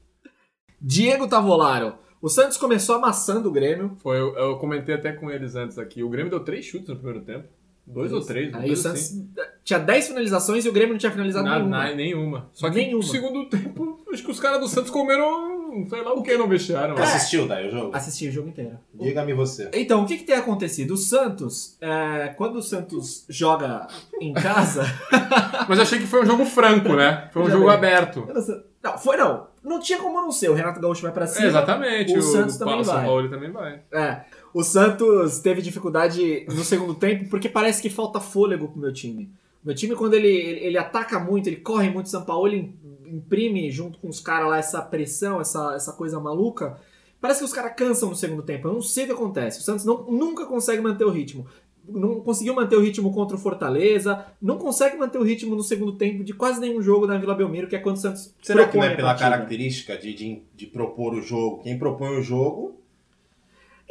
[SPEAKER 1] Diego Tavolaro. O Santos começou amassando o Grêmio.
[SPEAKER 2] Foi, eu, eu comentei até com eles antes aqui. O Grêmio deu três chutes no primeiro tempo. Dois ou três, uma
[SPEAKER 1] Aí o
[SPEAKER 2] coisa
[SPEAKER 1] Santos
[SPEAKER 2] assim.
[SPEAKER 1] tinha 10 finalizações e o Grêmio não tinha finalizado
[SPEAKER 2] Na-
[SPEAKER 1] nenhuma.
[SPEAKER 2] na- nenhuma. Só que
[SPEAKER 1] Nenhuma.
[SPEAKER 2] no segundo tempo, acho que os caras do Santos comeram, sei lá o que, não vestiário. mano.
[SPEAKER 4] Assistiu, daí, o jogo?
[SPEAKER 1] Assisti o jogo inteiro.
[SPEAKER 4] Diga-me você.
[SPEAKER 1] Então, o que, que tem acontecido? O Santos, é, quando o Santos joga em casa.
[SPEAKER 2] Mas achei que foi um jogo franco, né? Foi um
[SPEAKER 1] Já
[SPEAKER 2] jogo
[SPEAKER 1] bem.
[SPEAKER 2] aberto.
[SPEAKER 1] Eu não sei- Não, foi não. Não tinha como não ser. O Renato Gaúcho vai pra
[SPEAKER 2] É,
[SPEAKER 1] cima. Assim,
[SPEAKER 2] exatamente.
[SPEAKER 1] O
[SPEAKER 2] O,
[SPEAKER 1] Santos
[SPEAKER 2] Pa-
[SPEAKER 1] também
[SPEAKER 2] o São
[SPEAKER 1] vai.
[SPEAKER 2] Paulo também vai.
[SPEAKER 1] É. O Santos teve dificuldade no segundo tempo porque parece que falta fôlego pro meu time. Meu time, quando ele, ele, ele ataca muito, ele corre muito, São Paulo ele imprime junto com os caras lá essa pressão, essa, essa coisa maluca. Parece que os caras cansam no segundo tempo. Eu não sei o que acontece. O Santos não, nunca consegue manter o ritmo. Não conseguiu manter o ritmo contra o Fortaleza. Não consegue manter o ritmo no segundo tempo de quase nenhum jogo na Vila Belmiro, que é quando o Santos.
[SPEAKER 4] Será que não
[SPEAKER 1] propõe
[SPEAKER 4] é
[SPEAKER 1] a
[SPEAKER 4] pela
[SPEAKER 1] partida.
[SPEAKER 4] característica de, de, de propor o jogo? Quem propõe o jogo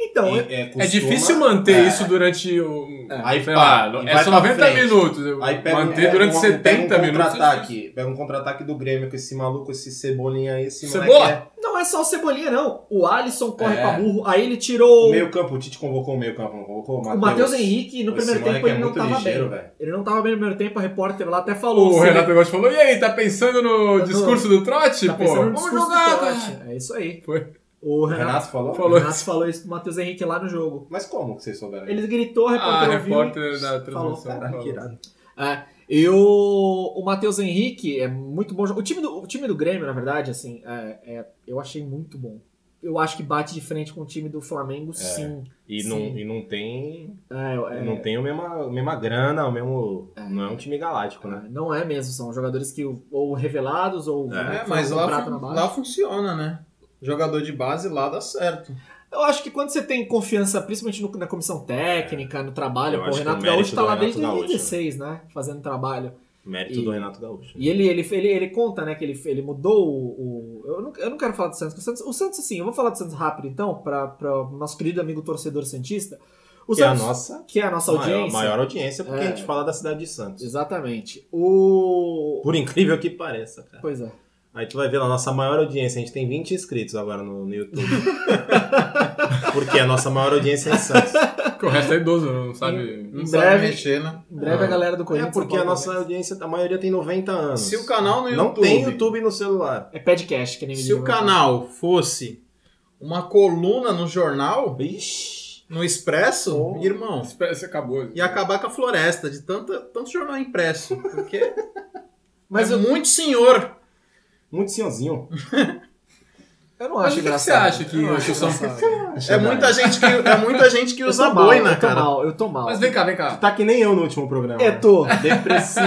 [SPEAKER 1] Então, eu-
[SPEAKER 4] é,
[SPEAKER 2] É difícil manter isso durante o.
[SPEAKER 4] Aí
[SPEAKER 2] sei
[SPEAKER 4] pá,
[SPEAKER 2] lá,
[SPEAKER 4] e
[SPEAKER 2] é
[SPEAKER 4] vai
[SPEAKER 2] só
[SPEAKER 4] pra
[SPEAKER 2] 90
[SPEAKER 4] frente.
[SPEAKER 2] minutos. eu-
[SPEAKER 4] Aí pega
[SPEAKER 2] manter
[SPEAKER 4] um,
[SPEAKER 2] durante
[SPEAKER 4] um-
[SPEAKER 2] 70
[SPEAKER 4] pega um
[SPEAKER 2] minutos.
[SPEAKER 4] Contra-ataque, pega um contra-ataque do Grêmio com esse maluco, esse cebolinha aí, esse moleque
[SPEAKER 2] Cebola?
[SPEAKER 1] não é só o Cebolinha, não. O Alisson corre
[SPEAKER 4] É.
[SPEAKER 1] pra burro. Aí ele
[SPEAKER 4] é-
[SPEAKER 1] tirou.
[SPEAKER 4] Meio campo, o Tite convocou o meio campo, não convocou
[SPEAKER 1] O Matheus Henrique, no
[SPEAKER 4] Esse
[SPEAKER 1] primeiro
[SPEAKER 4] moleque
[SPEAKER 1] tempo,
[SPEAKER 4] é
[SPEAKER 1] ele não
[SPEAKER 4] muito
[SPEAKER 1] tava
[SPEAKER 4] ligeiro,
[SPEAKER 1] bem.
[SPEAKER 4] velho.
[SPEAKER 1] Ele não tava bem no primeiro tempo, a repórter lá até falou. assim,
[SPEAKER 2] O
[SPEAKER 1] se
[SPEAKER 2] Renato
[SPEAKER 1] ele-
[SPEAKER 2] Negócio falou: e aí, tá pensando no
[SPEAKER 1] Tá
[SPEAKER 2] discurso do trote?
[SPEAKER 1] tá
[SPEAKER 2] Pô,
[SPEAKER 1] pensando no
[SPEAKER 2] vamos
[SPEAKER 1] discurso do
[SPEAKER 2] jogar, cara.
[SPEAKER 1] Totti. É isso aí.
[SPEAKER 2] Foi.
[SPEAKER 1] O
[SPEAKER 4] O
[SPEAKER 1] Renato,
[SPEAKER 4] Renato falou?
[SPEAKER 2] Falou.
[SPEAKER 1] Renato falou isso pro Matheus Henrique lá no jogo.
[SPEAKER 4] Mas como que vocês souberam?
[SPEAKER 1] Ele gritou, a
[SPEAKER 2] Ah, a
[SPEAKER 1] repórter ouviu.
[SPEAKER 2] repórter
[SPEAKER 1] e
[SPEAKER 2] da
[SPEAKER 1] falou,
[SPEAKER 2] transmissão.
[SPEAKER 1] "Caralho,
[SPEAKER 4] Caralho,
[SPEAKER 2] falou.
[SPEAKER 4] que irado.
[SPEAKER 1] É, e o, o Matheus Henrique é muito bom. jo- O time do, o time do Grêmio, na verdade, assim, é- é- eu achei muito bom. Eu acho que bate de frente com o time do Flamengo, sim.
[SPEAKER 4] E,
[SPEAKER 1] Sim.
[SPEAKER 4] não, e não tem.
[SPEAKER 1] É, é-
[SPEAKER 4] Não tem a mesma, a mesma grana, o mesmo. Não é um time galáctico, né?
[SPEAKER 1] não é mesmo, são jogadores que ou revelados ou
[SPEAKER 3] É, mas lá,
[SPEAKER 1] prata
[SPEAKER 3] fun-
[SPEAKER 1] um na base.
[SPEAKER 3] lá funciona, né? Jogador de base lá dá certo.
[SPEAKER 1] Eu acho que quando você tem confiança, principalmente no- na comissão técnica, no trabalho,
[SPEAKER 4] Eu
[SPEAKER 1] pô, o
[SPEAKER 4] acho que
[SPEAKER 1] Renato
[SPEAKER 4] o mérito
[SPEAKER 1] Gaúcho tá
[SPEAKER 4] do
[SPEAKER 1] lá
[SPEAKER 4] Renato
[SPEAKER 1] desde
[SPEAKER 4] Gaúcho,
[SPEAKER 1] 2016, né? Fazendo trabalho.
[SPEAKER 4] Mérito
[SPEAKER 1] E-
[SPEAKER 4] do Renato Gaúcho.
[SPEAKER 1] E ele, ele, ele, ele conta, né, que ele, ele mudou o. o- eu, não, eu não quero falar do Santos, porque o Santos. O Santos, assim, eu vou falar do Santos rápido, então, para o nosso querido amigo torcedor Santista. O
[SPEAKER 4] que é a
[SPEAKER 1] Santos,
[SPEAKER 4] nossa
[SPEAKER 1] que é a nossa
[SPEAKER 4] maior,
[SPEAKER 1] audiência.
[SPEAKER 4] maior audiência, porque
[SPEAKER 1] É.
[SPEAKER 4] a gente fala da cidade de Santos.
[SPEAKER 1] Exatamente. O.
[SPEAKER 4] Por incrível que pareça, cara.
[SPEAKER 1] Pois é.
[SPEAKER 4] Aí tu vai ver lá, nossa maior audiência, a gente tem 20 inscritos agora no, no YouTube. Porque a nossa maior audiência é em Santos.
[SPEAKER 2] Porque o resto é idoso, não sabe.
[SPEAKER 1] Em
[SPEAKER 3] Não
[SPEAKER 1] breve.
[SPEAKER 3] sabe mexer, né?
[SPEAKER 1] Em breve a
[SPEAKER 4] Ah.
[SPEAKER 1] galera do
[SPEAKER 4] É
[SPEAKER 1] Corinthians. né?
[SPEAKER 4] porque
[SPEAKER 1] São
[SPEAKER 4] a
[SPEAKER 1] Paulo,
[SPEAKER 4] nossa audiência, a maioria tem 90 anos.
[SPEAKER 3] Se o canal
[SPEAKER 1] tá
[SPEAKER 3] no
[SPEAKER 4] Não
[SPEAKER 3] YouTube-
[SPEAKER 4] tem YouTube no celular.
[SPEAKER 1] É podcast, que nem né? me
[SPEAKER 3] Se
[SPEAKER 1] diga.
[SPEAKER 3] o canal fosse uma coluna no jornal,
[SPEAKER 4] Ixi.
[SPEAKER 3] no Expresso,
[SPEAKER 4] Oh.
[SPEAKER 3] irmão,
[SPEAKER 2] Espera, Você acabou.
[SPEAKER 3] ia acabar com a floresta de tanta, tanto jornal impresso. Porque
[SPEAKER 1] Mas
[SPEAKER 3] é
[SPEAKER 1] eu,
[SPEAKER 3] muito senhor.
[SPEAKER 4] Muito senhorzinho.
[SPEAKER 1] eu não
[SPEAKER 2] Mas
[SPEAKER 1] acho
[SPEAKER 2] o que que você
[SPEAKER 1] engraçado.
[SPEAKER 2] acha que,
[SPEAKER 1] Eu não
[SPEAKER 2] que
[SPEAKER 1] acho
[SPEAKER 2] o São
[SPEAKER 1] engraçado.
[SPEAKER 3] É muita gente que, é muita gente que
[SPEAKER 1] Eu
[SPEAKER 3] usa
[SPEAKER 1] tô mal,
[SPEAKER 3] boina,
[SPEAKER 1] eu tô
[SPEAKER 3] cara.
[SPEAKER 1] mal, eu tô mal.
[SPEAKER 2] Mas vem cá, vem cá.
[SPEAKER 4] Tá que nem eu no último programa.
[SPEAKER 1] Eu tô.
[SPEAKER 4] É Depressivo.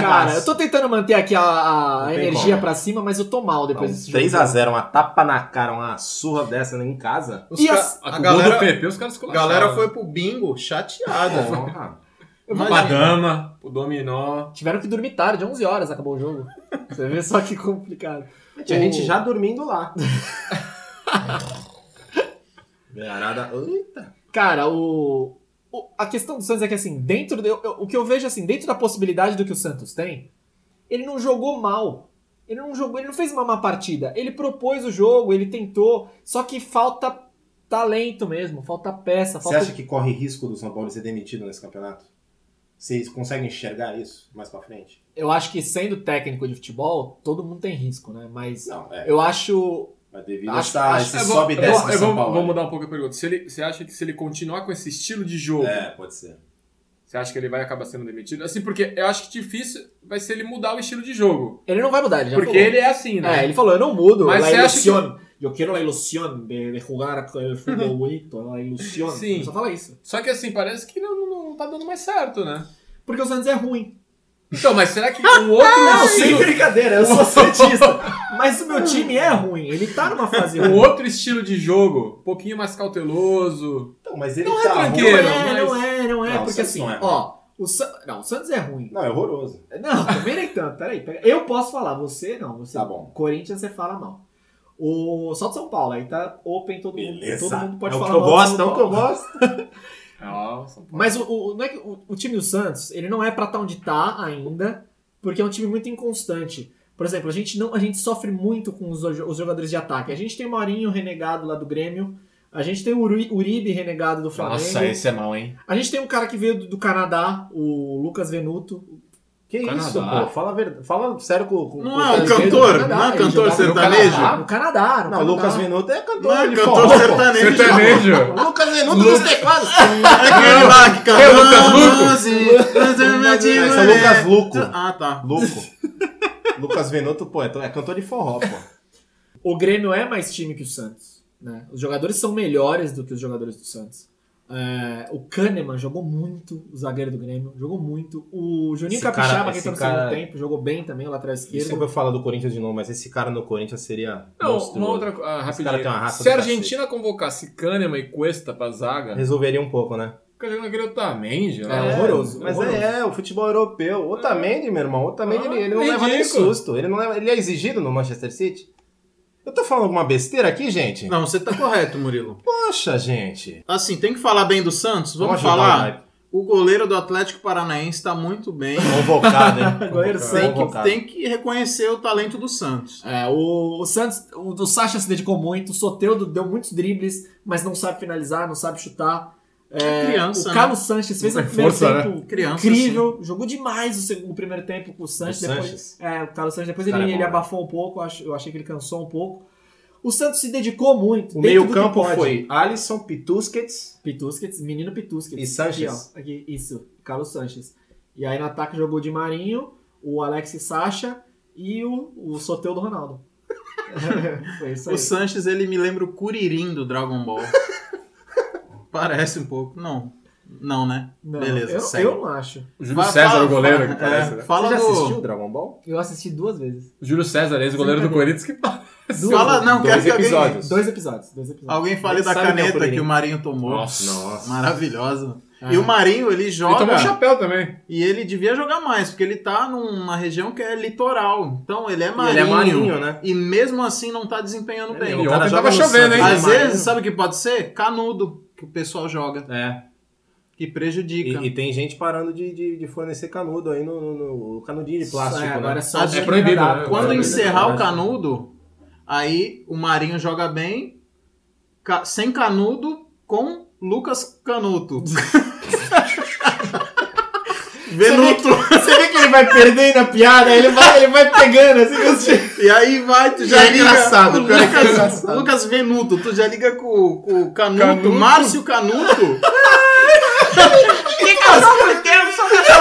[SPEAKER 1] Cara, eu tô tentando manter aqui a, a
[SPEAKER 4] Não tem
[SPEAKER 1] energia
[SPEAKER 4] como.
[SPEAKER 1] pra cima, mas eu tô mal
[SPEAKER 4] tá
[SPEAKER 1] depois
[SPEAKER 4] um
[SPEAKER 1] desse jogo.
[SPEAKER 4] 3x0, uma tapa na cara, uma surra dessa em casa.
[SPEAKER 3] Os
[SPEAKER 1] E
[SPEAKER 3] ca-
[SPEAKER 1] as-
[SPEAKER 2] A,
[SPEAKER 3] a
[SPEAKER 2] galera, do
[SPEAKER 3] galera,
[SPEAKER 2] PP, os caras
[SPEAKER 3] a
[SPEAKER 2] esculacharam.
[SPEAKER 3] galera foi pro bingo
[SPEAKER 4] É
[SPEAKER 3] chateada.
[SPEAKER 1] É.
[SPEAKER 4] Porra.
[SPEAKER 2] Uma
[SPEAKER 3] Imagina.
[SPEAKER 2] dama, o dominó.
[SPEAKER 1] Tiveram que dormir tarde, 11 horas acabou o jogo. Você vê só que complicado.
[SPEAKER 4] Tinha
[SPEAKER 1] O-
[SPEAKER 4] gente já dormindo lá. Arada. Eita.
[SPEAKER 1] Cara, o, o- a questão do Santos é que assim, dentro do- eu- eu- o que eu vejo assim, dentro da possibilidade do que o Santos tem, ele não jogou mal. Ele não jogou, ele não fez uma má partida. Ele propôs o jogo, ele tentou, só que falta talento mesmo, falta peça,
[SPEAKER 4] Você
[SPEAKER 1] falta
[SPEAKER 4] acha que corre risco do São Paulo ser demitido nesse campeonato? Vocês conseguem enxergar isso mais pra frente?
[SPEAKER 1] Eu acho que sendo técnico de futebol, todo mundo tem risco, né? Mas
[SPEAKER 4] Não, é.
[SPEAKER 1] eu acho
[SPEAKER 4] Mas devido
[SPEAKER 1] Acho-
[SPEAKER 4] a
[SPEAKER 1] acho-
[SPEAKER 4] esse
[SPEAKER 2] Eu vou-
[SPEAKER 4] sobe e
[SPEAKER 2] eu
[SPEAKER 4] desce
[SPEAKER 2] vou-
[SPEAKER 4] do
[SPEAKER 2] eu
[SPEAKER 4] São
[SPEAKER 2] vou-
[SPEAKER 4] Paulo. né?
[SPEAKER 2] Vou mudar um pouco a pergunta. Se ele, você acha que se ele continuar com esse estilo de jogo,
[SPEAKER 4] É, pode ser.
[SPEAKER 2] você acha que ele vai acabar sendo demitido? Assim, porque eu acho que difícil vai ser ele mudar o estilo de jogo.
[SPEAKER 1] Ele não vai mudar, ele já
[SPEAKER 2] porque
[SPEAKER 1] falou.
[SPEAKER 2] ele é assim, né?
[SPEAKER 1] É, ele falou, eu não mudo,
[SPEAKER 2] Mas
[SPEAKER 1] lá
[SPEAKER 2] você
[SPEAKER 1] ele
[SPEAKER 2] acha que-
[SPEAKER 1] aciona. Eu quero a ilusão de, de jogar com o futebol bonito, a ilusão.
[SPEAKER 2] Sim.
[SPEAKER 1] Só fala isso.
[SPEAKER 2] Só que assim, parece que não, não, não tá dando mais certo, né?
[SPEAKER 1] Porque o Santos é ruim.
[SPEAKER 2] Então, mas será que o outro.
[SPEAKER 1] Não, sem
[SPEAKER 2] estilo,
[SPEAKER 1] brincadeira, eu sou
[SPEAKER 4] assim.
[SPEAKER 1] santista. Mas o meu time é ruim, ele tá numa fase
[SPEAKER 2] o
[SPEAKER 1] ruim.
[SPEAKER 2] outro estilo de jogo, um pouquinho mais cauteloso.
[SPEAKER 4] Então, mas ele
[SPEAKER 2] Não é
[SPEAKER 4] tá
[SPEAKER 1] Não
[SPEAKER 2] tranqueiro.
[SPEAKER 4] ruim.
[SPEAKER 1] é, não
[SPEAKER 2] mas-
[SPEAKER 1] é, não é,
[SPEAKER 4] Não, o
[SPEAKER 1] porque
[SPEAKER 4] Santos
[SPEAKER 1] assim,
[SPEAKER 4] não é ruim.
[SPEAKER 1] ó, o Sa- não, o Santos é ruim.
[SPEAKER 4] Não, é horroroso.
[SPEAKER 1] Não, também nem tanto, peraí. peraí. Eu posso falar, você não. Você,
[SPEAKER 4] Tá bom.
[SPEAKER 1] Corinthians você fala mal. O, só de São Paulo, aí tá open, todo mundo, todo mundo pode
[SPEAKER 4] é o
[SPEAKER 1] falar
[SPEAKER 4] que eu
[SPEAKER 1] mal.
[SPEAKER 4] gosto,
[SPEAKER 1] do
[SPEAKER 4] é
[SPEAKER 1] São
[SPEAKER 4] o que eu
[SPEAKER 1] Paulo.
[SPEAKER 4] gosto.
[SPEAKER 2] Nossa, pô.
[SPEAKER 1] Mas o, o- não é que- o- o time do Santos, ele não é pra estar onde tá ainda, porque é um time muito inconstante. Por exemplo, a gente, não, a gente sofre muito com os, jo- os jogadores de ataque. A gente tem o Marinho renegado lá do Grêmio, a gente tem o Uri- Uribe renegado do Flamengo.
[SPEAKER 2] Nossa, esse é mal, hein?
[SPEAKER 1] A gente tem um cara que veio do, do Canadá, o Lucas Venuto.
[SPEAKER 4] Que
[SPEAKER 2] Canadá.
[SPEAKER 4] isso, pô? Fala, a verdade, fala sério com, com
[SPEAKER 1] Ah,
[SPEAKER 3] Não é
[SPEAKER 4] com o
[SPEAKER 3] o
[SPEAKER 4] Canadá.
[SPEAKER 3] cantor?
[SPEAKER 1] Canadá,
[SPEAKER 3] Não é
[SPEAKER 1] ele
[SPEAKER 3] cantor
[SPEAKER 1] jogava no
[SPEAKER 3] sertanejo?
[SPEAKER 1] Ah, no Canadá, no
[SPEAKER 4] Não,
[SPEAKER 1] Canadá.
[SPEAKER 4] Lucas Venuto é cantor.
[SPEAKER 3] Não é
[SPEAKER 4] de
[SPEAKER 3] cantor
[SPEAKER 4] forró, pô.
[SPEAKER 3] sertanejo.
[SPEAKER 2] Sertanejo!
[SPEAKER 4] Lucas Venuto dos teclados.
[SPEAKER 3] Aquele lá que canta.
[SPEAKER 2] É o Lucas Luco?
[SPEAKER 3] Lucas
[SPEAKER 4] Esse é o Lucas Luco.
[SPEAKER 3] Ah, tá.
[SPEAKER 4] Louco. Lucas Venuto, pô, é é cantor de forró, pô.
[SPEAKER 1] O Grêmio é mais time que o Santos. Né? Os jogadores são melhores do que os jogadores do Santos. É, o Kahneman jogou muito, o zagueiro do Grêmio, jogou muito. O Juninho
[SPEAKER 4] Esse
[SPEAKER 1] Capixaba,
[SPEAKER 4] cara-
[SPEAKER 1] que
[SPEAKER 4] esse
[SPEAKER 1] entrou no
[SPEAKER 4] cara-
[SPEAKER 1] segundo tempo, jogou bem também, o lateral esquerdo.
[SPEAKER 4] Desculpa eu falar do Corinthians de novo, mas esse cara no Corinthians seria
[SPEAKER 2] Não,
[SPEAKER 4] monstruoso.
[SPEAKER 2] uma outra coisa.
[SPEAKER 4] cara tem uma
[SPEAKER 2] rapidinho.
[SPEAKER 4] raça
[SPEAKER 2] Se a
[SPEAKER 4] do cacete.
[SPEAKER 2] Argentina convocasse Kahneman e Cuesta pra zaga,
[SPEAKER 4] Resolveria um pouco, né?
[SPEAKER 2] o cara não queria Otamendi,
[SPEAKER 1] É,
[SPEAKER 2] né?
[SPEAKER 1] horroroso,
[SPEAKER 4] Mas
[SPEAKER 1] horroroso.
[SPEAKER 4] é, é, o futebol europeu. Otamendi, meu irmão. Otamendi,
[SPEAKER 2] Ah,
[SPEAKER 4] ele, ele não leva nem
[SPEAKER 2] ridículo.
[SPEAKER 4] susto. Ele, não leva- ele é exigido no Manchester City. Eu tô falando alguma besteira aqui, gente?
[SPEAKER 3] Não, você tá correto, Murilo.
[SPEAKER 4] Poxa, gente.
[SPEAKER 3] Assim, tem que falar bem do Santos? Vamos
[SPEAKER 4] ajudar o
[SPEAKER 3] falar?
[SPEAKER 4] naipe.
[SPEAKER 3] O goleiro do Atlético Paranaense tá muito bem.
[SPEAKER 4] Convocado, hein?
[SPEAKER 1] Goleiro
[SPEAKER 4] Convocado,
[SPEAKER 1] sem
[SPEAKER 3] Tem que,
[SPEAKER 4] convocado.
[SPEAKER 3] tem que reconhecer o talento do Santos.
[SPEAKER 1] É, o, o Santos, o, o Sacha se dedicou muito, o Soteudo deu muitos dribles, mas não sabe finalizar, não sabe chutar.
[SPEAKER 3] É criança,
[SPEAKER 1] o
[SPEAKER 3] né?
[SPEAKER 1] Carlos Sanches fez
[SPEAKER 2] Não
[SPEAKER 1] um
[SPEAKER 2] tem
[SPEAKER 1] primeiro
[SPEAKER 2] força,
[SPEAKER 1] tempo
[SPEAKER 3] Criança,
[SPEAKER 1] incrível, jogou demais o, seg- o primeiro tempo com o Sanches.
[SPEAKER 4] O
[SPEAKER 1] depois,
[SPEAKER 4] Sanches.
[SPEAKER 1] É, o Carlos Sanches, depois
[SPEAKER 4] O
[SPEAKER 1] ele,
[SPEAKER 4] cara é bom,
[SPEAKER 1] ele
[SPEAKER 4] né?
[SPEAKER 1] abafou um pouco, eu acho- eu achei que ele cansou um pouco. O Santos se dedicou muito.
[SPEAKER 4] O
[SPEAKER 1] dentro
[SPEAKER 4] meio
[SPEAKER 1] do
[SPEAKER 4] campo
[SPEAKER 1] que pode.
[SPEAKER 4] foi Alisson, Pitusquets.
[SPEAKER 1] Pitusquets, menino Pitusquets.
[SPEAKER 4] E Sanches?
[SPEAKER 1] Aqui, ó, aqui, isso, Carlos Sanches. E aí no ataque jogou de Marinho, o Alex Sacha e o, o Soteudo Ronaldo. foi isso aí.
[SPEAKER 3] né? O Sanches, ele me lembra o Kuririn do Dragon Ball. Parece um pouco. Não. Não, né?
[SPEAKER 1] Não,
[SPEAKER 3] Beleza,
[SPEAKER 1] eu,
[SPEAKER 3] segue.
[SPEAKER 1] eu não acho.
[SPEAKER 2] O Júlio
[SPEAKER 3] Fala-
[SPEAKER 2] César,
[SPEAKER 3] fala-
[SPEAKER 2] o goleiro que
[SPEAKER 3] é,
[SPEAKER 2] parece, né?
[SPEAKER 3] Fala
[SPEAKER 4] Você já assistiu
[SPEAKER 3] do...
[SPEAKER 4] o Dragon Ball?
[SPEAKER 1] Eu assisti duas vezes.
[SPEAKER 2] Júlio César, esse goleiro do
[SPEAKER 1] Sim,
[SPEAKER 2] Corinthians que parece.
[SPEAKER 1] Duas
[SPEAKER 3] Fala,
[SPEAKER 1] vezes.
[SPEAKER 3] não, quero
[SPEAKER 4] Dois
[SPEAKER 3] que alguém...
[SPEAKER 4] episódios.
[SPEAKER 1] Dois episódios, dois episódios.
[SPEAKER 3] Alguém fale
[SPEAKER 4] Ele
[SPEAKER 3] da
[SPEAKER 4] sabe quem é o
[SPEAKER 3] caneta
[SPEAKER 4] Kuririn.
[SPEAKER 3] que o Marinho tomou.
[SPEAKER 2] Nossa.
[SPEAKER 3] Maravilhosa.
[SPEAKER 1] Ah.
[SPEAKER 3] E o Marinho, ele
[SPEAKER 2] Ele tomou um
[SPEAKER 3] joga
[SPEAKER 2] chapéu também.
[SPEAKER 3] e ele devia jogar mais, porque ele tá numa região que é litoral. Então ele é
[SPEAKER 4] E
[SPEAKER 3] marinho.
[SPEAKER 4] Ele é marinho, É, né?
[SPEAKER 3] E mesmo assim não tá desempenhando
[SPEAKER 2] E
[SPEAKER 3] bem.
[SPEAKER 4] o
[SPEAKER 2] ontem
[SPEAKER 4] cara
[SPEAKER 2] tava
[SPEAKER 4] joga no
[SPEAKER 2] chovendo,
[SPEAKER 4] Santos,
[SPEAKER 2] hein?
[SPEAKER 4] né?
[SPEAKER 3] Às
[SPEAKER 4] marinho.
[SPEAKER 3] vezes, sabe o que pode ser? Canudo, que o pessoal joga,
[SPEAKER 4] É.
[SPEAKER 3] que prejudica.
[SPEAKER 4] E, e tem gente parando de, de, de fornecer canudo aí no, no- no canudinho de plástico,
[SPEAKER 1] É, agora é
[SPEAKER 4] né?
[SPEAKER 1] só
[SPEAKER 3] É
[SPEAKER 2] proibido, né?
[SPEAKER 3] Quando
[SPEAKER 4] É,
[SPEAKER 3] encerrar
[SPEAKER 4] é.
[SPEAKER 3] o canudo, aí o Marinho joga bem, ca- sem canudo, com Lucas Canuto. Venuto.
[SPEAKER 1] Você vê que ele vai perdendo a piada, ele vai, ele vai pegando assim.
[SPEAKER 3] E aí vai, tu já
[SPEAKER 4] É
[SPEAKER 3] liga.
[SPEAKER 4] engraçado,
[SPEAKER 3] o
[SPEAKER 4] pior é que é
[SPEAKER 3] Lucas,
[SPEAKER 4] engraçado.
[SPEAKER 3] Lucas Venuto, tu já liga com, com o Canuto,
[SPEAKER 2] Canuto.
[SPEAKER 3] Márcio Canuto.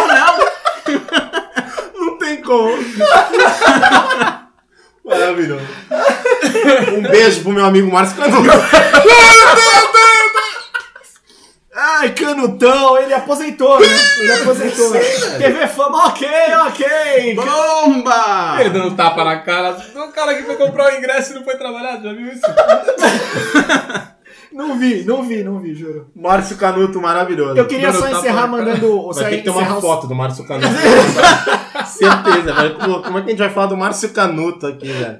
[SPEAKER 3] um
[SPEAKER 1] Não tem como.
[SPEAKER 4] Maravilhoso. um beijo pro meu amigo Márcio Canudo.
[SPEAKER 1] Ai, canutão, ele aposentou, né? Ele aposentou. né? TV Fama, ok, ok.
[SPEAKER 3] Bomba!
[SPEAKER 2] Ele dando tapa na cara do cara que foi comprar o ingresso e não foi trabalhar, já viu isso?
[SPEAKER 1] Não vi, não vi, não vi, juro.
[SPEAKER 4] Márcio Canuto, maravilhoso.
[SPEAKER 1] Eu queria
[SPEAKER 2] Mano,
[SPEAKER 1] só
[SPEAKER 2] tá
[SPEAKER 1] encerrar
[SPEAKER 2] pra-
[SPEAKER 1] mandando. ou
[SPEAKER 4] Vai
[SPEAKER 1] sair-
[SPEAKER 4] ter que ter uma
[SPEAKER 1] encerrar os-
[SPEAKER 4] foto do Márcio Canuto. Certeza, velho. Pô, Como é que a gente vai falar do Márcio Canuto aqui, velho?